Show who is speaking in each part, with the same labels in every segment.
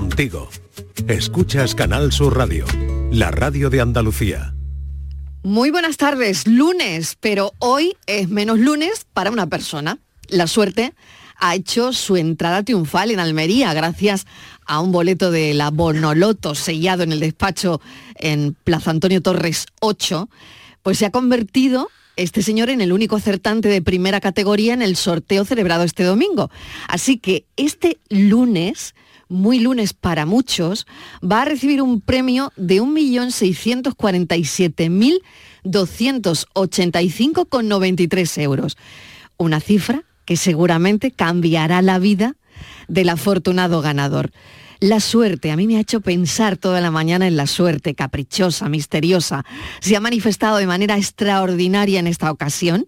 Speaker 1: contigo. Escuchas Canal Sur Radio, la radio de Andalucía.
Speaker 2: Muy buenas tardes, lunes, pero hoy es menos lunes para una persona. La suerte ha hecho su entrada triunfal en Almería gracias a un boleto de la Bonoloto sellado en el despacho en Plaza Antonio Torres 8, pues se ha convertido este señor en el único acertante de primera categoría en el sorteo celebrado este domingo. Así que este lunes, muy lunes para muchos, va a recibir un premio de 1.647.285,93 euros. Una cifra que seguramente cambiará la vida del afortunado ganador. La suerte, a mí me ha hecho pensar toda la mañana en la suerte, caprichosa, misteriosa. Se ha manifestado de manera extraordinaria en esta ocasión.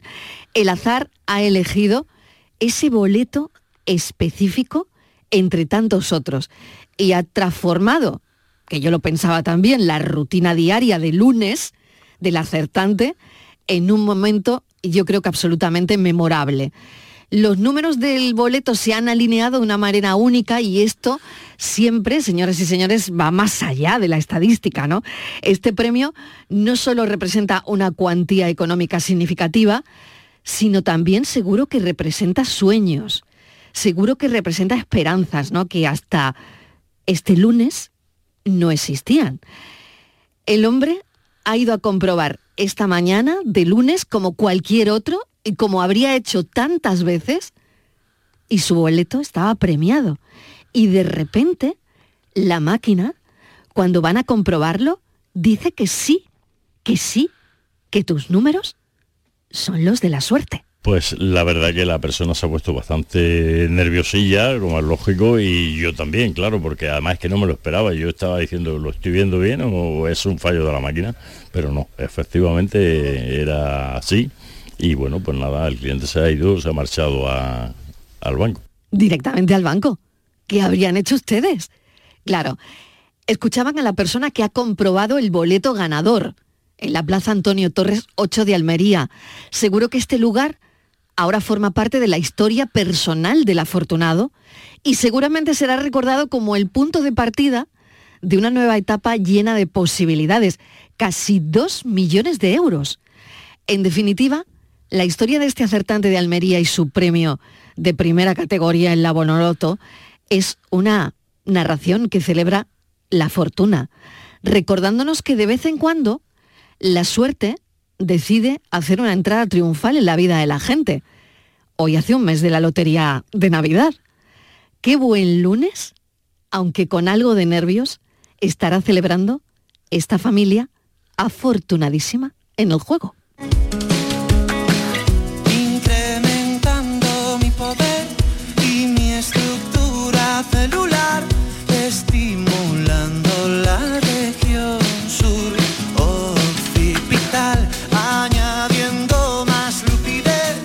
Speaker 2: El azar ha elegido ese boleto específico entre tantos otros y ha transformado, que yo lo pensaba también, la rutina diaria de lunes del acertante en un momento yo creo que absolutamente memorable los números del boleto se han alineado de una manera única y esto siempre, señores y señores, va más allá de la estadística, ¿no? Este premio no solo representa una cuantía económica significativa, sino también seguro que representa sueños, seguro que representa esperanzas, ¿no? Que hasta este lunes no existían. El hombre ha ido a comprobar esta mañana de lunes como cualquier otro y como habría hecho tantas veces, y su boleto estaba premiado. Y de repente, la máquina, cuando van a comprobarlo, dice que sí, que sí, que tus números son los de la suerte.
Speaker 3: Pues la verdad que la persona se ha puesto bastante nerviosilla, como es lógico, y yo también, claro, porque además que no me lo esperaba. Yo estaba diciendo, ¿lo estoy viendo bien o es un fallo de la máquina? Pero no, efectivamente era así. Y bueno, pues nada, el cliente se ha ido, se ha marchado a, al banco.
Speaker 2: Directamente al banco. ¿Qué habrían hecho ustedes? Claro, escuchaban a la persona que ha comprobado el boleto ganador en la Plaza Antonio Torres 8 de Almería. Seguro que este lugar ahora forma parte de la historia personal del afortunado y seguramente será recordado como el punto de partida de una nueva etapa llena de posibilidades, casi 2 millones de euros. En definitiva, la historia de este acertante de Almería y su premio de primera categoría en la Bonoloto es una narración que celebra la fortuna, recordándonos que de vez en cuando la suerte decide hacer una entrada triunfal en la vida de la gente. Hoy hace un mes de la lotería de Navidad. Qué buen lunes, aunque con algo de nervios, estará celebrando esta familia afortunadísima en el juego.
Speaker 4: Incrementando mi poder y mi estructura celular, estimulando la región sur occipital, añadiendo más lucidez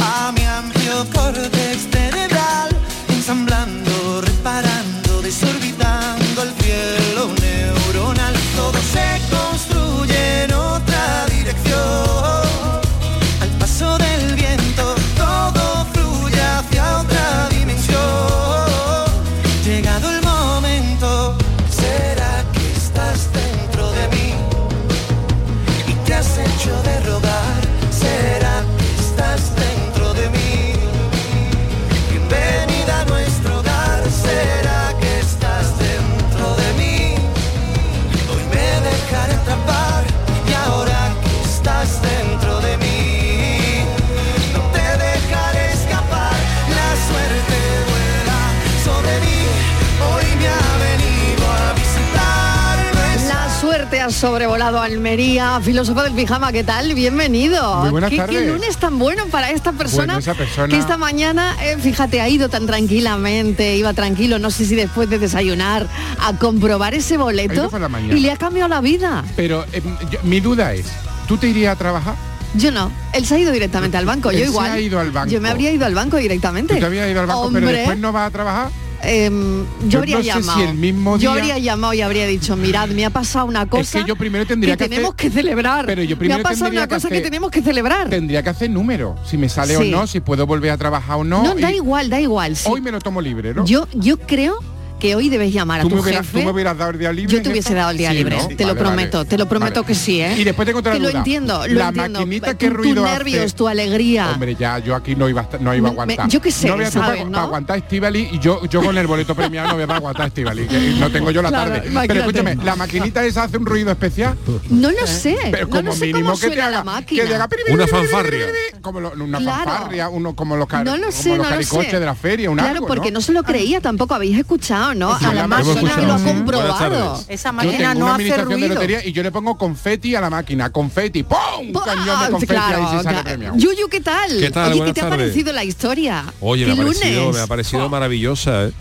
Speaker 4: a mi amplio córtex cerebral, ensamblando, reparando, desorbitando el cielo neuronal. Todo se construye en otra dirección. Al paso del viento todo fluye hacia otra dimensión. Llegado el momento, será que estás dentro de mí y te has hecho de rogar. Será que estás dentro de mí. Bienvenida a nuestro hogar. Será que estás dentro de mí. Hoy me dejaré atrapar y ahora que estás dentro de mí, no te dejaré escapar. La suerte vuela sobre mí, hoy me ha venido a visitar.
Speaker 2: La suerte ha sobrevolado Almería. Filósofo del pijama, ¿qué tal? Bienvenido.
Speaker 5: Muy buenas
Speaker 2: ¿Qué, qué
Speaker 5: tardes.
Speaker 2: lunes tan bueno para esta persona,
Speaker 5: Bueno, esa persona-
Speaker 2: que esta mañana, eh, fíjate, ha ido tan tranquilamente, iba tranquilo, no sé si después de desayunar, a comprobar ese
Speaker 5: Ha
Speaker 2: boleto
Speaker 5: ido por la mañana.
Speaker 2: y le ha cambiado la vida.
Speaker 5: Pero eh, yo- mi duda es, ¿tú te irías a trabajar?
Speaker 2: Yo no, él se ha ido directamente al banco,
Speaker 5: Él
Speaker 2: yo
Speaker 5: se
Speaker 2: igual.
Speaker 5: ha ido al banco.
Speaker 2: Yo me habría ido al banco directamente.
Speaker 5: Tú te habías ido al banco, pero
Speaker 2: Hombre,
Speaker 5: después no vas a trabajar.
Speaker 2: em, yo,
Speaker 5: yo
Speaker 2: habría
Speaker 5: no sé si
Speaker 2: llamado.
Speaker 5: el mismo
Speaker 2: Yo
Speaker 5: día-
Speaker 2: habría llamado y habría dicho, mirad, me ha pasado una cosa.
Speaker 5: es que yo primero tendría que,
Speaker 2: tenemos que
Speaker 5: hacer,
Speaker 2: celebrar.
Speaker 5: Pero yo
Speaker 2: me
Speaker 5: primero
Speaker 2: ha pasado
Speaker 5: tendría
Speaker 2: una cosa que,
Speaker 5: hacer-
Speaker 2: tenemos que celebrar.
Speaker 5: Tendría que hacer número, si me sale
Speaker 2: Sí.
Speaker 5: o no, si puedo volver a trabajar o no.
Speaker 2: No, da
Speaker 5: y
Speaker 2: igual, da igual. sí.
Speaker 5: Hoy me lo tomo libre, ¿no?
Speaker 2: Yo, yo creo que hoy debes llamar a
Speaker 5: ¿Tú
Speaker 2: tu
Speaker 5: me, hubieras, tú
Speaker 2: jefe.
Speaker 5: me hubieras dado el día libre?
Speaker 2: Yo
Speaker 5: en
Speaker 2: te hubiese
Speaker 5: esto?
Speaker 2: dado el día
Speaker 5: Sí,
Speaker 2: libre, ¿eh?
Speaker 5: ¿no?
Speaker 2: te lo
Speaker 5: Vale, vale.
Speaker 2: prometo, te lo prometo
Speaker 5: Vale.
Speaker 2: que sí, ¿eh?
Speaker 5: Y después tengo otra
Speaker 2: que lo
Speaker 5: duda.
Speaker 2: entiendo, lo
Speaker 5: La
Speaker 2: entiendo.
Speaker 5: maquinita,
Speaker 2: Tu-
Speaker 5: ¿qué ruido
Speaker 2: Tus
Speaker 5: hace?
Speaker 2: nervios, tu alegría.
Speaker 5: Hombre, ya, yo aquí no iba a, estar- no iba a
Speaker 2: Me-
Speaker 5: aguantar.
Speaker 2: me- yo qué sé,
Speaker 5: no voy a estar
Speaker 2: ¿sabes,
Speaker 5: para,
Speaker 2: no?
Speaker 5: para aguantar Estivali y yo, yo con el boleto premiado no voy a aguantar Estivali, que no tengo yo la
Speaker 2: Claro,
Speaker 5: tarde.
Speaker 2: imagínate.
Speaker 5: Pero escúchame, ¿la maquinita esa hace un ruido especial?
Speaker 2: no lo sé,
Speaker 5: Pero
Speaker 2: no
Speaker 5: como
Speaker 2: lo sé
Speaker 5: mínimo
Speaker 2: cómo
Speaker 5: que te
Speaker 2: suena
Speaker 5: haga,
Speaker 2: la máquina.
Speaker 5: que te haga piripiri,
Speaker 1: Una fanfarria.
Speaker 5: como lo- una
Speaker 2: Claro.
Speaker 5: fanfarria, uno como los, car-
Speaker 2: No lo
Speaker 5: como
Speaker 2: sé,
Speaker 5: los
Speaker 2: no lo
Speaker 5: caricoches
Speaker 2: sé.
Speaker 5: de la feria, un Ah.
Speaker 2: claro,
Speaker 5: algo,
Speaker 2: porque no se lo creía tampoco, habéis escuchado, ¿no?
Speaker 5: Sí, la
Speaker 2: Además,
Speaker 5: hemos
Speaker 2: nadie lo
Speaker 5: escuchado,
Speaker 2: ha
Speaker 5: sí.
Speaker 1: Buenas
Speaker 2: comprobado.
Speaker 1: tardes.
Speaker 6: Esa
Speaker 5: Yo tengo
Speaker 6: máquina no
Speaker 5: una
Speaker 6: hace
Speaker 5: administración de
Speaker 6: ruido.
Speaker 5: lotería y yo le pongo confeti a la máquina, confeti, ¡pum! Un cañón de
Speaker 2: Ah,
Speaker 5: confeti
Speaker 2: claro,
Speaker 5: ahí se sale
Speaker 2: claro.
Speaker 5: premiado.
Speaker 2: Yuyu, ¿qué tal?
Speaker 1: ¿Qué tal?
Speaker 2: Oye, ¿qué
Speaker 1: Buenas
Speaker 2: te ha
Speaker 1: tardes.
Speaker 2: parecido la historia?
Speaker 7: Oye,
Speaker 2: ¿Qué
Speaker 7: me ha parecido,
Speaker 2: lunes?
Speaker 7: me ha parecido maravillosa, ¿eh?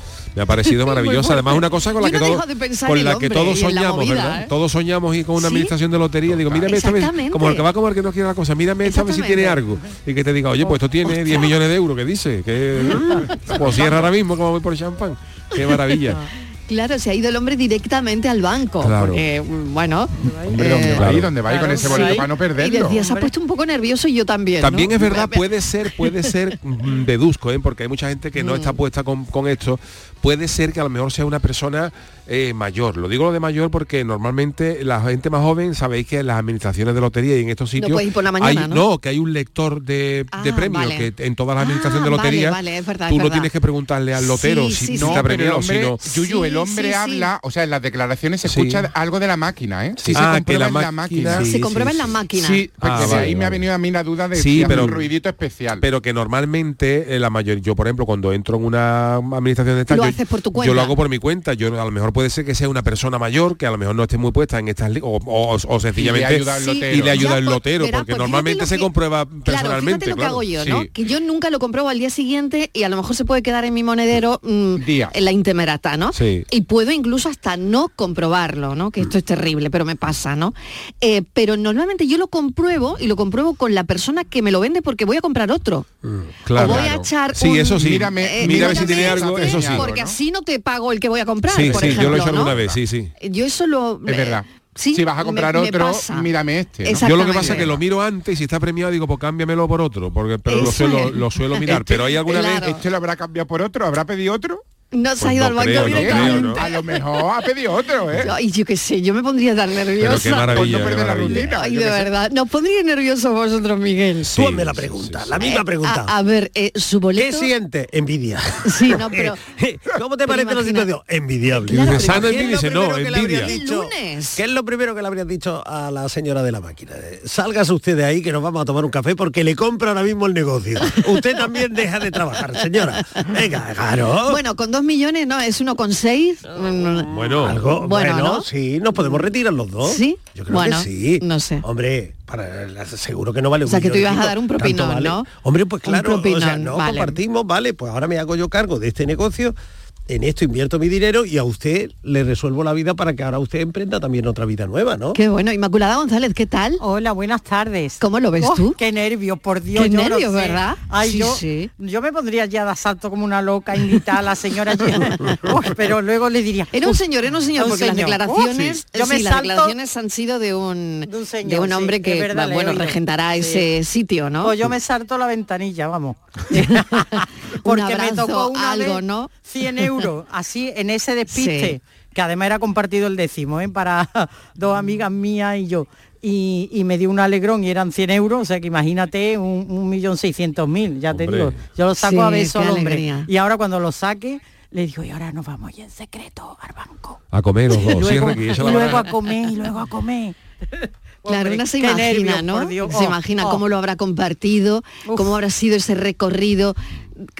Speaker 7: Me ha parecido
Speaker 2: Muy
Speaker 7: maravillosa. Además,
Speaker 2: fuerte.
Speaker 7: una cosa con la
Speaker 2: Yo
Speaker 7: que,
Speaker 2: no
Speaker 7: todos-
Speaker 2: dejo de pensar en
Speaker 7: con
Speaker 2: el
Speaker 7: la que
Speaker 2: hombre
Speaker 7: todos
Speaker 2: y en la
Speaker 7: soñamos,
Speaker 2: movida,
Speaker 7: ¿verdad?
Speaker 2: ¿eh?
Speaker 7: Todos soñamos y con
Speaker 2: Sí.
Speaker 7: una administración de lotería. Digo, mírame esta vez,
Speaker 2: Exactamente.
Speaker 7: como el que va a comer que no quiere la cosa, mírame esta vez si tiene algo. Y que te diga, oye, pues esto tiene 10 millones de euros, que dice, que
Speaker 2: Ah.
Speaker 7: pues cierra ahora mismo como voy por champán. Qué maravilla.
Speaker 2: Claro, se ha ido el hombre directamente al banco.
Speaker 7: Claro.
Speaker 2: Porque, mm, bueno.
Speaker 5: Hombre,
Speaker 2: eh,
Speaker 5: ¿dónde va ahí?
Speaker 7: claro.
Speaker 5: ¿Dónde va ahí con
Speaker 6: Claro,
Speaker 5: ese boleto
Speaker 6: sí.
Speaker 5: para no
Speaker 2: y
Speaker 5: perderlo?
Speaker 2: decía, se ha puesto un poco nervioso y yo también. ¿no?
Speaker 7: También es verdad,
Speaker 2: Me- me-
Speaker 7: puede ser, puede ser, mm, deduzco, ¿eh? porque hay mucha gente que
Speaker 2: Mm.
Speaker 7: no está puesta con, con esto, puede ser que a lo mejor sea una persona eh, mayor. Lo digo lo de mayor porque normalmente la gente más joven, sabéis que en las administraciones de lotería y en estos sitios...
Speaker 2: puedes ir por la mañana,
Speaker 7: hay-
Speaker 2: ¿no?
Speaker 7: que hay un lector de,
Speaker 2: Ah,
Speaker 7: de premios,
Speaker 2: vale.
Speaker 7: que en todas las administraciones
Speaker 2: Ah,
Speaker 7: de
Speaker 2: vale,
Speaker 7: lotería
Speaker 2: vale, es verdad,
Speaker 7: tú
Speaker 2: es
Speaker 7: no
Speaker 2: verdad.
Speaker 7: tienes que preguntarle al lotero
Speaker 2: Sí,
Speaker 7: si,
Speaker 2: sí,
Speaker 7: si
Speaker 2: sí.
Speaker 7: te ha
Speaker 5: No, pero el
Speaker 7: premiado o si
Speaker 5: hombre,
Speaker 7: no.
Speaker 5: Yuyu,
Speaker 2: Sí,
Speaker 5: el hombre
Speaker 2: sí, sí.
Speaker 5: habla, o sea, en las declaraciones se
Speaker 7: Sí.
Speaker 5: escucha algo de la máquina, ¿eh? Sí, se
Speaker 7: Ah, que
Speaker 5: comprueba
Speaker 7: la
Speaker 5: en la
Speaker 7: máquina-
Speaker 5: máquina.
Speaker 7: Sí,
Speaker 2: se
Speaker 7: sí,
Speaker 2: comprueba en
Speaker 7: sí,
Speaker 2: la
Speaker 7: sí.
Speaker 2: máquina.
Speaker 5: Sí, porque
Speaker 7: Ah,
Speaker 5: de
Speaker 7: vale,
Speaker 5: ahí me ha
Speaker 7: vale.
Speaker 5: venido a mí la duda de
Speaker 7: Sí,
Speaker 5: si hace
Speaker 7: pero-
Speaker 5: un ruidito especial.
Speaker 7: Pero que normalmente eh, la mayoría, yo por ejemplo, cuando entro en una administración de esta,
Speaker 2: Lo
Speaker 7: yo,
Speaker 2: haces por tu
Speaker 7: yo
Speaker 2: cuenta.
Speaker 7: lo hago por mi cuenta. Yo a lo mejor puede ser que sea una persona mayor que a lo mejor no esté muy puesta en estas li- o, o- o sencillamente
Speaker 5: ayuda al
Speaker 2: Sí,
Speaker 5: lotero.
Speaker 7: y le ayuda
Speaker 2: ya
Speaker 7: el
Speaker 2: por-
Speaker 7: lotero,
Speaker 2: verá,
Speaker 7: porque
Speaker 2: pues fíjate
Speaker 7: normalmente
Speaker 2: lo
Speaker 7: se
Speaker 2: que-
Speaker 7: comprueba
Speaker 2: Claro,
Speaker 7: personalmente.
Speaker 2: fíjate lo
Speaker 7: claro.
Speaker 2: que hago yo,
Speaker 7: Sí.
Speaker 2: ¿no? Que yo nunca lo compruebo al día siguiente y a lo mejor se puede quedar en mi monedero mm,
Speaker 5: Día.
Speaker 2: en la intemerata, ¿no?
Speaker 7: Sí.
Speaker 2: Y puedo incluso hasta no comprobarlo, ¿no? Que esto es terrible, pero me pasa, ¿no? Eh, pero normalmente yo lo compruebo y lo compruebo con la persona que me lo vende porque voy a comprar otro.
Speaker 8: Mm,
Speaker 7: Claro.
Speaker 2: O voy a echar
Speaker 7: Sí,
Speaker 2: un- eh, este,
Speaker 7: eso sí.
Speaker 5: Mírame-
Speaker 7: Mírame,
Speaker 5: mírame
Speaker 7: si tiene
Speaker 5: si
Speaker 7: algo,
Speaker 5: está
Speaker 7: eso sí.
Speaker 5: premiado,
Speaker 2: Porque
Speaker 5: ¿no?
Speaker 2: así no te pago el que voy a comprar,
Speaker 7: Sí,
Speaker 2: por
Speaker 7: sí,
Speaker 2: ejemplo,
Speaker 7: yo lo he hecho
Speaker 2: ¿no?
Speaker 7: alguna vez, sí, sí.
Speaker 2: Yo eso lo...
Speaker 5: Es verdad.
Speaker 2: Sí,
Speaker 5: Si vas a comprar
Speaker 2: me- me
Speaker 5: otro,
Speaker 2: pasa.
Speaker 5: mírame este, ¿no?
Speaker 7: Yo lo que
Speaker 2: Exactamente.
Speaker 7: pasa es que lo miro antes y si está premiado digo, pues cámbiamelo por otro, porque pero lo
Speaker 2: Eso
Speaker 7: suelo,
Speaker 2: es.
Speaker 7: lo suelo mirar.
Speaker 5: Este-
Speaker 7: pero hay alguna
Speaker 2: Claro.
Speaker 7: vez.
Speaker 5: ¿Este lo habrá cambiado por otro? ¿Habrá pedido otro?
Speaker 2: No se ha
Speaker 7: Pues
Speaker 2: ido
Speaker 7: no
Speaker 2: al banco
Speaker 7: creo, no
Speaker 5: Eh,
Speaker 2: directamente.
Speaker 7: creo, ¿no?
Speaker 5: A lo mejor ha pedido otro, ¿eh?
Speaker 2: Ay, yo qué sé, yo me pondría tan nerviosa.
Speaker 7: Pero qué maravilla,
Speaker 5: Por no
Speaker 7: qué
Speaker 5: perder la
Speaker 7: maravilla.
Speaker 5: rutina.
Speaker 2: Ay,
Speaker 5: yo
Speaker 2: de
Speaker 5: qué sé.
Speaker 2: verdad. Nos pondría nerviosos vosotros, Miguel. Eh,
Speaker 8: Tú hazme la
Speaker 7: sí,
Speaker 8: pregunta,
Speaker 7: sí, sí.
Speaker 8: la misma pregunta.
Speaker 2: A, a ver, eh, su
Speaker 8: ¿Qué
Speaker 2: boleto.
Speaker 8: siguiente? Envidia. Eh,
Speaker 2: Sí, no, pero.
Speaker 8: ¿Cómo
Speaker 2: pero
Speaker 8: te parece la
Speaker 2: imagina-
Speaker 8: situación? Envidiable.
Speaker 2: Claro, pero
Speaker 7: sana
Speaker 8: ¿Qué
Speaker 7: envidia,
Speaker 8: es
Speaker 7: dice,
Speaker 8: lo
Speaker 7: no,
Speaker 8: primero que le
Speaker 7: envidia.
Speaker 8: habrías
Speaker 2: El
Speaker 8: dicho?
Speaker 2: lunes.
Speaker 8: ¿Qué es lo primero que le habrías dicho a la señora de la máquina? Eh, Sálgase usted de ahí que nos vamos a tomar un café porque le compra ahora mismo el negocio. Usted también deja de trabajar, señora. Venga, claro.
Speaker 2: Bueno, con dos millones, ¿no? Es uno con seis.
Speaker 6: Ah,
Speaker 2: Mm,
Speaker 7: Bueno,
Speaker 8: Algo-
Speaker 2: Bueno,
Speaker 8: bueno,
Speaker 2: ¿no?
Speaker 8: sí, nos podemos retirar los dos.
Speaker 2: ¿Sí?
Speaker 8: Yo creo
Speaker 2: Bueno,
Speaker 8: que sí.
Speaker 2: no sé.
Speaker 8: Hombre, para, la- seguro que no vale un
Speaker 2: O sea, que tú
Speaker 8: millón y
Speaker 2: ibas a
Speaker 8: pico.
Speaker 2: dar un propinón,
Speaker 8: Tanto vale.
Speaker 2: ¿no?
Speaker 8: Hombre, pues
Speaker 2: Un
Speaker 8: claro, o sea,
Speaker 2: propinón,
Speaker 8: no
Speaker 2: vale.
Speaker 8: compartimos, vale, pues ahora me hago yo cargo de este negocio, en esto invierto mi dinero y a usted le resuelvo la vida para que ahora usted emprenda también otra vida nueva, ¿no?
Speaker 2: Qué bueno. Inmaculada González, ¿qué tal?
Speaker 6: Hola, buenas tardes.
Speaker 2: ¿Cómo lo ves
Speaker 6: Oh,
Speaker 2: tú?
Speaker 6: Qué nervio, por Dios.
Speaker 2: Qué
Speaker 6: yo no
Speaker 2: nervios,
Speaker 6: sé.
Speaker 2: ¿verdad?
Speaker 6: Ay,
Speaker 2: Sí,
Speaker 6: yo,
Speaker 2: sí.
Speaker 6: yo me pondría ya de asalto como una loca, invitar a la señora. Oh, pero luego le diría.
Speaker 2: Era un
Speaker 6: "Uf,
Speaker 2: señor, era un señor,
Speaker 6: un
Speaker 2: porque las
Speaker 6: señor.
Speaker 2: declaraciones,
Speaker 6: Oh, sí. Yo me
Speaker 2: sí, las
Speaker 6: salto-
Speaker 2: declaraciones han sido de un,
Speaker 6: De un señor, sí,
Speaker 2: hombre
Speaker 6: es
Speaker 2: que,
Speaker 6: verdad, le he
Speaker 2: bueno,
Speaker 6: oído.
Speaker 2: regentará
Speaker 6: Sí.
Speaker 2: ese sitio, ¿no?
Speaker 6: O Pues yo me salto la ventanilla, vamos.
Speaker 2: abrazo, algo, ¿no?
Speaker 6: 100 euros, así en ese despiste,
Speaker 2: Sí.
Speaker 6: que además era compartido el décimo, ¿eh? para dos amigas mías y yo. Y, y me dio un alegrón y eran 100 euros, o sea que imagínate un, un millón seiscientos mil, ya te
Speaker 7: Hombre.
Speaker 6: digo. Yo lo saco
Speaker 2: Sí,
Speaker 6: a beso
Speaker 2: qué
Speaker 6: al hombre.
Speaker 2: alegría.
Speaker 6: Y ahora cuando lo saque, le digo, y ahora nos vamos y en secreto al banco.
Speaker 7: a comer los
Speaker 6: Y
Speaker 7: dos,
Speaker 6: luego,
Speaker 7: cierra aquí, echa
Speaker 6: y
Speaker 7: la
Speaker 6: luego
Speaker 7: banana.
Speaker 6: a comer, y luego a comer.
Speaker 2: Claro,
Speaker 6: Hombre,
Speaker 2: una se
Speaker 6: qué
Speaker 2: imagina,
Speaker 6: nervios,
Speaker 2: ¿no?
Speaker 6: por Dios.
Speaker 2: se
Speaker 6: Oh,
Speaker 2: imagina
Speaker 6: oh.
Speaker 2: cómo lo habrá compartido,
Speaker 6: Uf.
Speaker 2: cómo habrá sido ese recorrido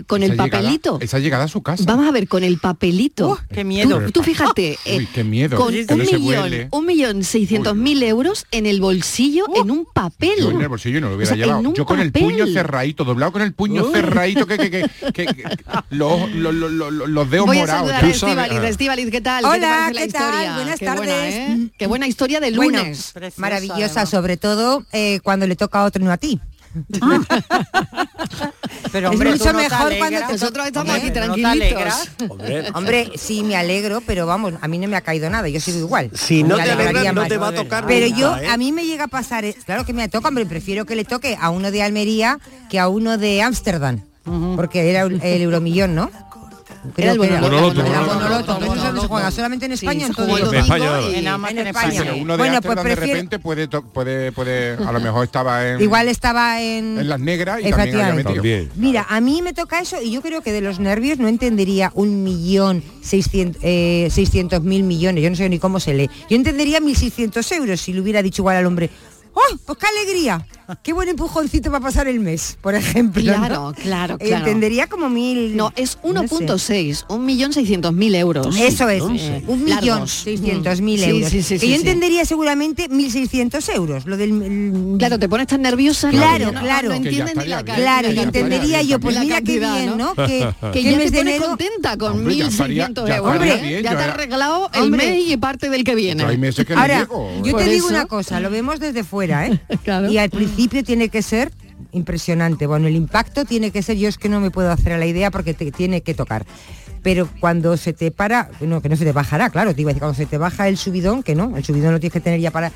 Speaker 2: con el
Speaker 5: Esa llegada-
Speaker 2: papelito.
Speaker 5: Esa llegada a su casa.
Speaker 2: Vamos a ver, con el papelito.
Speaker 6: Uf, qué miedo.
Speaker 2: Tú, tú fíjate, eh,
Speaker 5: Uy, qué miedo,
Speaker 2: con
Speaker 5: que
Speaker 2: un
Speaker 5: no se
Speaker 2: millón,
Speaker 5: huele.
Speaker 2: un millón seiscientos mil euros en el bolsillo, en un papel.
Speaker 5: Yo en el bolsillo no lo hubiera
Speaker 2: O sea, en
Speaker 5: llevado.
Speaker 2: un
Speaker 5: Yo con el
Speaker 2: papel.
Speaker 5: puño cerradito, doblado con el puño cerradito, que, que, que, que- que- los, los, los, los- los dedos
Speaker 2: Voy a
Speaker 5: morados. eh,
Speaker 2: saludar a
Speaker 7: tú sabes.
Speaker 5: Ah.
Speaker 2: Estíbaliz. Estíbaliz, ¿qué tal? ¿Qué te
Speaker 9: Hola,
Speaker 2: parece la
Speaker 9: ¿qué tal?
Speaker 2: historia?
Speaker 9: Buenas
Speaker 2: qué Buena,
Speaker 9: tardes.
Speaker 2: ¿eh? Qué buena historia de
Speaker 9: Bueno,
Speaker 2: lunes.
Speaker 6: Preciosa,
Speaker 9: maravillosa,
Speaker 6: además.
Speaker 9: sobre todo eh, cuando le toca a otro y no a ti.
Speaker 6: Pero
Speaker 9: Es
Speaker 6: hombre,
Speaker 9: mucho
Speaker 6: tú no te
Speaker 9: mejor
Speaker 6: alegras.
Speaker 9: cuando te-
Speaker 2: Nosotros estamos
Speaker 6: Hombre,
Speaker 2: aquí
Speaker 6: ¿no te
Speaker 2: tranquilitos.
Speaker 6: alegras?
Speaker 8: Hombre,
Speaker 9: Hombre, sí me alegro, pero vamos, a mí no me ha caído nada, yo sigo igual.
Speaker 8: Si no
Speaker 9: Me
Speaker 8: te alegras,
Speaker 9: alegraría
Speaker 8: no
Speaker 9: más.
Speaker 8: te va a tocar
Speaker 9: Pero
Speaker 8: nunca,
Speaker 9: yo,
Speaker 8: ¿eh?
Speaker 9: a mí me llega a pasar, eh, claro que me toca, hombre, prefiero que le toque a uno de Almería que a uno de Ámsterdam, porque era el el euromillón, ¿no? Creo
Speaker 2: el
Speaker 9: que era.
Speaker 7: Bonoloto,
Speaker 9: Era
Speaker 7: Bonoloto.
Speaker 9: Bonoloto. Entonces eso no se juega solamente en España,
Speaker 2: se jugó
Speaker 9: entonces.
Speaker 7: el En España, domingo
Speaker 9: y-
Speaker 6: y nada más que en España.
Speaker 5: Pero uno
Speaker 9: Bueno,
Speaker 5: de
Speaker 9: pues
Speaker 5: Ámsterdam de
Speaker 9: prefiero-
Speaker 5: repente puede, to- puede, puede, a lo mejor estaba en,
Speaker 9: Igual estaba en...
Speaker 5: en las negras y también había
Speaker 9: Efectivamente.
Speaker 5: metido.
Speaker 7: También.
Speaker 9: Mira, a mí me toca eso y yo creo que de los nervios no entendería un millón seiscientos eh, seiscientos mil millones, yo no sé ni cómo se lee. Yo entendería 1.600 euros si le hubiera dicho igual al hombre, ¡oh, pues qué alegría! ¡Qué buen empujoncito para pasar el mes, por ejemplo! ¿no?
Speaker 2: Claro, claro, claro.
Speaker 9: Entendería como mil...
Speaker 2: No, es
Speaker 9: no sé.
Speaker 2: 1.6 un millón seiscientos mil euros.
Speaker 9: Eso es, eh,
Speaker 2: Entonces,
Speaker 9: un
Speaker 2: largos. Mm.
Speaker 9: millón seiscientos mil
Speaker 2: Sí,
Speaker 9: euros.
Speaker 2: sí, sí,
Speaker 9: que
Speaker 2: sí,
Speaker 9: yo
Speaker 2: sí.
Speaker 9: entendería seguramente 1.600 euros, lo del...
Speaker 2: Claro, te pones tan nerviosa. que
Speaker 9: Claro,
Speaker 2: ya no-
Speaker 9: claro.
Speaker 2: No,
Speaker 9: Que ya
Speaker 2: entiendes ni
Speaker 5: estaría
Speaker 2: la
Speaker 5: bien.
Speaker 2: cantidad.
Speaker 9: Claro, y
Speaker 5: Ya
Speaker 9: entendería
Speaker 5: estaría
Speaker 9: yo, pues
Speaker 2: bien.
Speaker 9: mira qué
Speaker 2: La
Speaker 9: bien, ¿no?
Speaker 2: cantidad,
Speaker 9: Que,
Speaker 2: Que
Speaker 9: que el
Speaker 2: ya
Speaker 9: mes
Speaker 2: te
Speaker 9: de
Speaker 2: pones
Speaker 9: enero-
Speaker 2: contenta con
Speaker 5: Hombre, ya estaría-
Speaker 2: 1.600
Speaker 5: ya
Speaker 2: euros.
Speaker 5: estaría
Speaker 2: Hombre,
Speaker 5: bien,
Speaker 2: ya
Speaker 5: yo
Speaker 2: te has
Speaker 5: era-
Speaker 2: arreglado el
Speaker 9: Hombre.
Speaker 2: mes y parte del que viene.
Speaker 5: Yo hay meses que no
Speaker 9: Ahora,
Speaker 5: llego.
Speaker 9: yo
Speaker 2: Por
Speaker 9: te digo
Speaker 2: eso-
Speaker 9: una cosa, lo vemos desde fuera, ¿eh?
Speaker 2: Claro.
Speaker 9: Y al principio tiene que ser impresionante. Bueno, el impacto tiene que ser, yo es que no me puedo hacer a la idea porque te tiene que tocar. Pero cuando se te para, no, que no se te bajará, claro, te iba a decir, cuando se te baja el subidón, que no, el subidón lo tienes que tener ya para.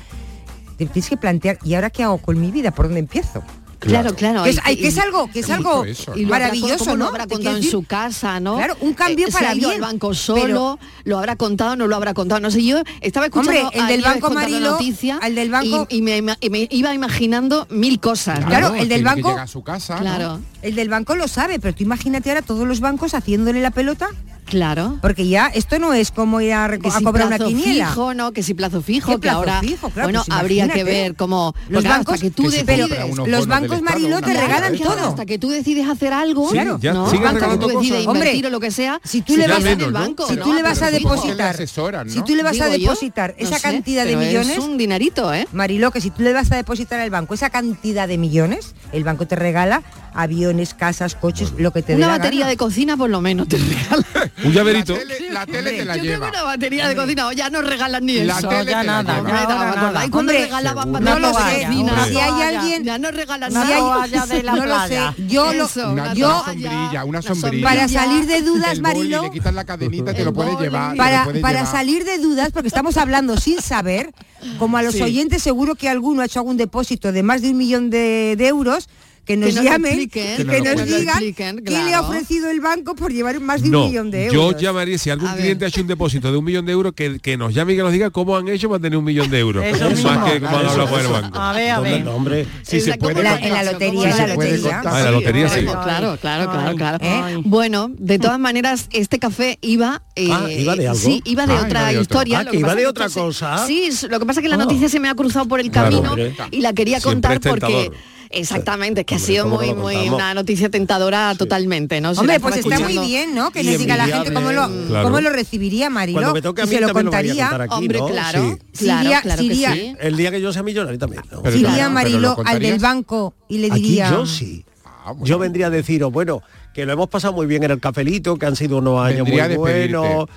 Speaker 9: Te tienes que plantear, ¿y ahora qué hago con mi vida? ¿por dónde empiezo?
Speaker 2: Claro, claro.
Speaker 9: Que es,
Speaker 2: y-
Speaker 9: ay, que es
Speaker 2: y-
Speaker 9: algo, que es
Speaker 5: Qué
Speaker 9: algo
Speaker 5: bonito eso,
Speaker 2: y lo habrá con-
Speaker 9: maravilloso,
Speaker 2: ¿cómo
Speaker 9: ¿no?
Speaker 2: Lo habrá
Speaker 9: Te quiero
Speaker 2: contado en
Speaker 9: decir,
Speaker 2: su casa, ¿no? Eh,
Speaker 9: Claro, un cambio
Speaker 2: se
Speaker 9: para
Speaker 2: ha ido
Speaker 9: bien,
Speaker 2: al banco
Speaker 9: pero-
Speaker 2: solo, lo habrá contado, no lo habrá contado. No sé, yo estaba escuchando
Speaker 9: Hombre, el
Speaker 2: a
Speaker 9: del
Speaker 2: Nieves
Speaker 9: Banco
Speaker 2: contar la
Speaker 9: Amarillo,
Speaker 2: noticia
Speaker 9: al del banco-
Speaker 2: y, y me, ima- y me iba imaginando mil cosas. ¿no?
Speaker 9: Claro, el del
Speaker 5: tiene que
Speaker 9: banco-
Speaker 5: llegar a su casa. ¿no?
Speaker 2: Claro,
Speaker 9: El del banco lo sabe, pero tú imagínate ahora todos los bancos haciéndole la pelota,
Speaker 2: claro.
Speaker 9: porque ya esto no es como ir a, reco-
Speaker 2: Que
Speaker 9: a
Speaker 2: si
Speaker 9: cobrar una
Speaker 2: plazo
Speaker 9: quiniela.
Speaker 2: fijo, no, que si plazo fijo,
Speaker 9: ¿Qué
Speaker 2: que
Speaker 9: plazo
Speaker 2: ahora
Speaker 9: fijo? Claro,
Speaker 2: bueno,
Speaker 9: pues
Speaker 2: habría que
Speaker 9: imagínate.
Speaker 2: ver cómo
Speaker 9: Los
Speaker 2: porque
Speaker 9: bancos-
Speaker 2: hasta que tú
Speaker 5: que se
Speaker 2: decides,
Speaker 5: compra unos
Speaker 9: los
Speaker 5: bonos
Speaker 9: bancos
Speaker 5: del Estado,
Speaker 9: Marilo
Speaker 5: una
Speaker 9: te
Speaker 5: cosa
Speaker 9: regalan
Speaker 5: de
Speaker 2: claro,
Speaker 9: todo.
Speaker 2: hasta que tú decides hacer algo,
Speaker 9: Sí,
Speaker 7: ya
Speaker 2: ¿no?
Speaker 7: siguen
Speaker 2: hasta que tú
Speaker 7: regalando
Speaker 2: decides
Speaker 7: cosas.
Speaker 2: invertir
Speaker 9: Hombre,
Speaker 2: o lo que sea,
Speaker 9: si tú
Speaker 2: lo
Speaker 9: le
Speaker 2: haces
Speaker 7: vas a-
Speaker 2: en el banco,
Speaker 9: si
Speaker 2: ¿no?
Speaker 9: tú le vas a
Speaker 5: Pero supongo que le
Speaker 9: depositar,
Speaker 5: asesoran, ¿no?
Speaker 9: si tú le vas a
Speaker 2: Digo yo,
Speaker 9: depositar
Speaker 2: no
Speaker 9: esa
Speaker 2: sé,
Speaker 9: cantidad de
Speaker 2: pero
Speaker 9: millones,
Speaker 2: Es un dinerito, ¿eh?
Speaker 9: Marilo, que si tú le vas a depositar al banco esa cantidad de millones, el banco te regala aviones, casas, coches, lo que te dé
Speaker 2: Una
Speaker 9: la
Speaker 2: batería
Speaker 9: gana.
Speaker 2: de cocina por lo menos te regalan.
Speaker 7: Un
Speaker 5: La
Speaker 7: llaverito.
Speaker 5: tele, la tele te la
Speaker 2: Yo
Speaker 5: lleva.
Speaker 2: creo que una batería de cocina o ya no regalan ni
Speaker 5: La
Speaker 2: eso.
Speaker 5: tele
Speaker 2: ya
Speaker 5: te la
Speaker 2: nada,
Speaker 5: lleva.
Speaker 2: hombre,
Speaker 6: Ahora
Speaker 2: ¿os
Speaker 6: nada.
Speaker 2: acordáis cuando
Speaker 9: Hombre,
Speaker 2: regalaban
Speaker 9: seguro. No
Speaker 2: patatas
Speaker 9: lo sé,
Speaker 2: cocinas?
Speaker 9: una Si hay toalla. alguien-
Speaker 2: ya no regalan
Speaker 9: si
Speaker 6: Una
Speaker 9: hay-
Speaker 2: nada.
Speaker 6: toalla de la
Speaker 9: no lo sé,
Speaker 6: playa.
Speaker 9: yo lo,
Speaker 2: Eso,
Speaker 5: Una
Speaker 9: yo
Speaker 5: sombrilla, una sombrilla.
Speaker 9: para salir de dudas,
Speaker 5: El boli,
Speaker 9: Marilo,
Speaker 5: le quitas la cadenita, te
Speaker 2: El
Speaker 5: lo puedes
Speaker 2: boli.
Speaker 5: llevar. te lo
Speaker 9: para,
Speaker 5: puedes
Speaker 9: para
Speaker 5: llevar.
Speaker 9: salir de dudas, porque estamos hablando sin saber, como a los
Speaker 2: Sí.
Speaker 9: oyentes seguro que alguno ha hecho algún depósito de más de un millón de, de euros, que nos,
Speaker 2: nos
Speaker 9: llamen,
Speaker 2: expliquen,
Speaker 9: que,
Speaker 5: que nos
Speaker 9: nos
Speaker 5: lo
Speaker 9: digan
Speaker 2: expliquen,
Speaker 9: qué le ha
Speaker 2: claro.
Speaker 9: ofrecido el banco por llevar más de un
Speaker 7: No,
Speaker 9: millón de euros.
Speaker 7: yo llamaría, si algún
Speaker 2: A ver.
Speaker 7: cliente ha hecho un depósito de un millón de euros, que, que nos llame y que nos diga cómo han hecho para tener un millón de euros.
Speaker 6: Eso
Speaker 7: más
Speaker 6: mismo.
Speaker 7: que cómo han hablado con el banco.
Speaker 6: A ver, a
Speaker 8: Hombre,
Speaker 6: ver.
Speaker 8: no, hombre.
Speaker 5: Si se puede
Speaker 9: la-
Speaker 5: contar.
Speaker 9: en la lotería,
Speaker 5: Si
Speaker 9: en la
Speaker 5: se puede
Speaker 9: lotería.
Speaker 5: contar.
Speaker 7: Ah, en la lotería sí.
Speaker 2: Claro, claro, claro,
Speaker 6: Ay,
Speaker 2: claro.
Speaker 6: ay.
Speaker 2: ¿eh? Bueno, de todas maneras, este café iba... eh,
Speaker 8: Ah, ¿iba de algo?
Speaker 2: Sí, iba de
Speaker 5: Ah, iba
Speaker 2: otra
Speaker 5: de otro.
Speaker 2: historia.
Speaker 8: Ah,
Speaker 2: lo
Speaker 8: que iba
Speaker 2: pasa
Speaker 8: de
Speaker 2: que
Speaker 8: otra
Speaker 2: esto se-
Speaker 8: cosa.
Speaker 2: Sí, s- lo que pasa es que la
Speaker 8: Ah.
Speaker 2: noticia se me ha cruzado por el
Speaker 7: Claro,
Speaker 2: camino
Speaker 7: hombre.
Speaker 2: y la quería
Speaker 7: Siempre
Speaker 2: contar
Speaker 7: es
Speaker 2: porque...
Speaker 7: tentador.
Speaker 2: Exactamente, es que ha
Speaker 7: Hombre,
Speaker 2: sido
Speaker 7: ¿cómo no
Speaker 2: muy,
Speaker 7: lo
Speaker 2: muy
Speaker 7: contamos?
Speaker 2: una noticia tentadora totalmente, ¿no? Si la
Speaker 9: Hombre, pues
Speaker 2: estaba
Speaker 9: está muy
Speaker 2: escuchando-
Speaker 9: bien, ¿no? Que
Speaker 8: Y
Speaker 9: nos diga la gente cómo lo,
Speaker 8: envidiable.
Speaker 7: Claro.
Speaker 9: cómo lo recibiría Marilo.
Speaker 8: Cuando me toque a
Speaker 9: y
Speaker 8: mí
Speaker 9: se lo
Speaker 8: también lo voy a
Speaker 9: contaría.
Speaker 8: contar aquí,
Speaker 2: Hombre,
Speaker 8: ¿no?
Speaker 2: claro,
Speaker 8: Sí.
Speaker 2: claro,
Speaker 9: Siría-
Speaker 2: claro que
Speaker 9: Siría-
Speaker 2: sí.
Speaker 8: El día que yo sea millonario también. ¿no?
Speaker 5: Pero
Speaker 9: Iría
Speaker 5: claro, pero lo
Speaker 9: Marilo al del
Speaker 5: contarías.
Speaker 9: banco y le
Speaker 8: Aquí
Speaker 9: diría...
Speaker 8: yo sí.
Speaker 5: Ah, bueno.
Speaker 8: Yo vendría a deciros, bueno, que lo hemos pasado muy bien en el cafelito, que han sido unos
Speaker 5: Vendría
Speaker 8: años muy
Speaker 5: a despedirte.
Speaker 8: buenos.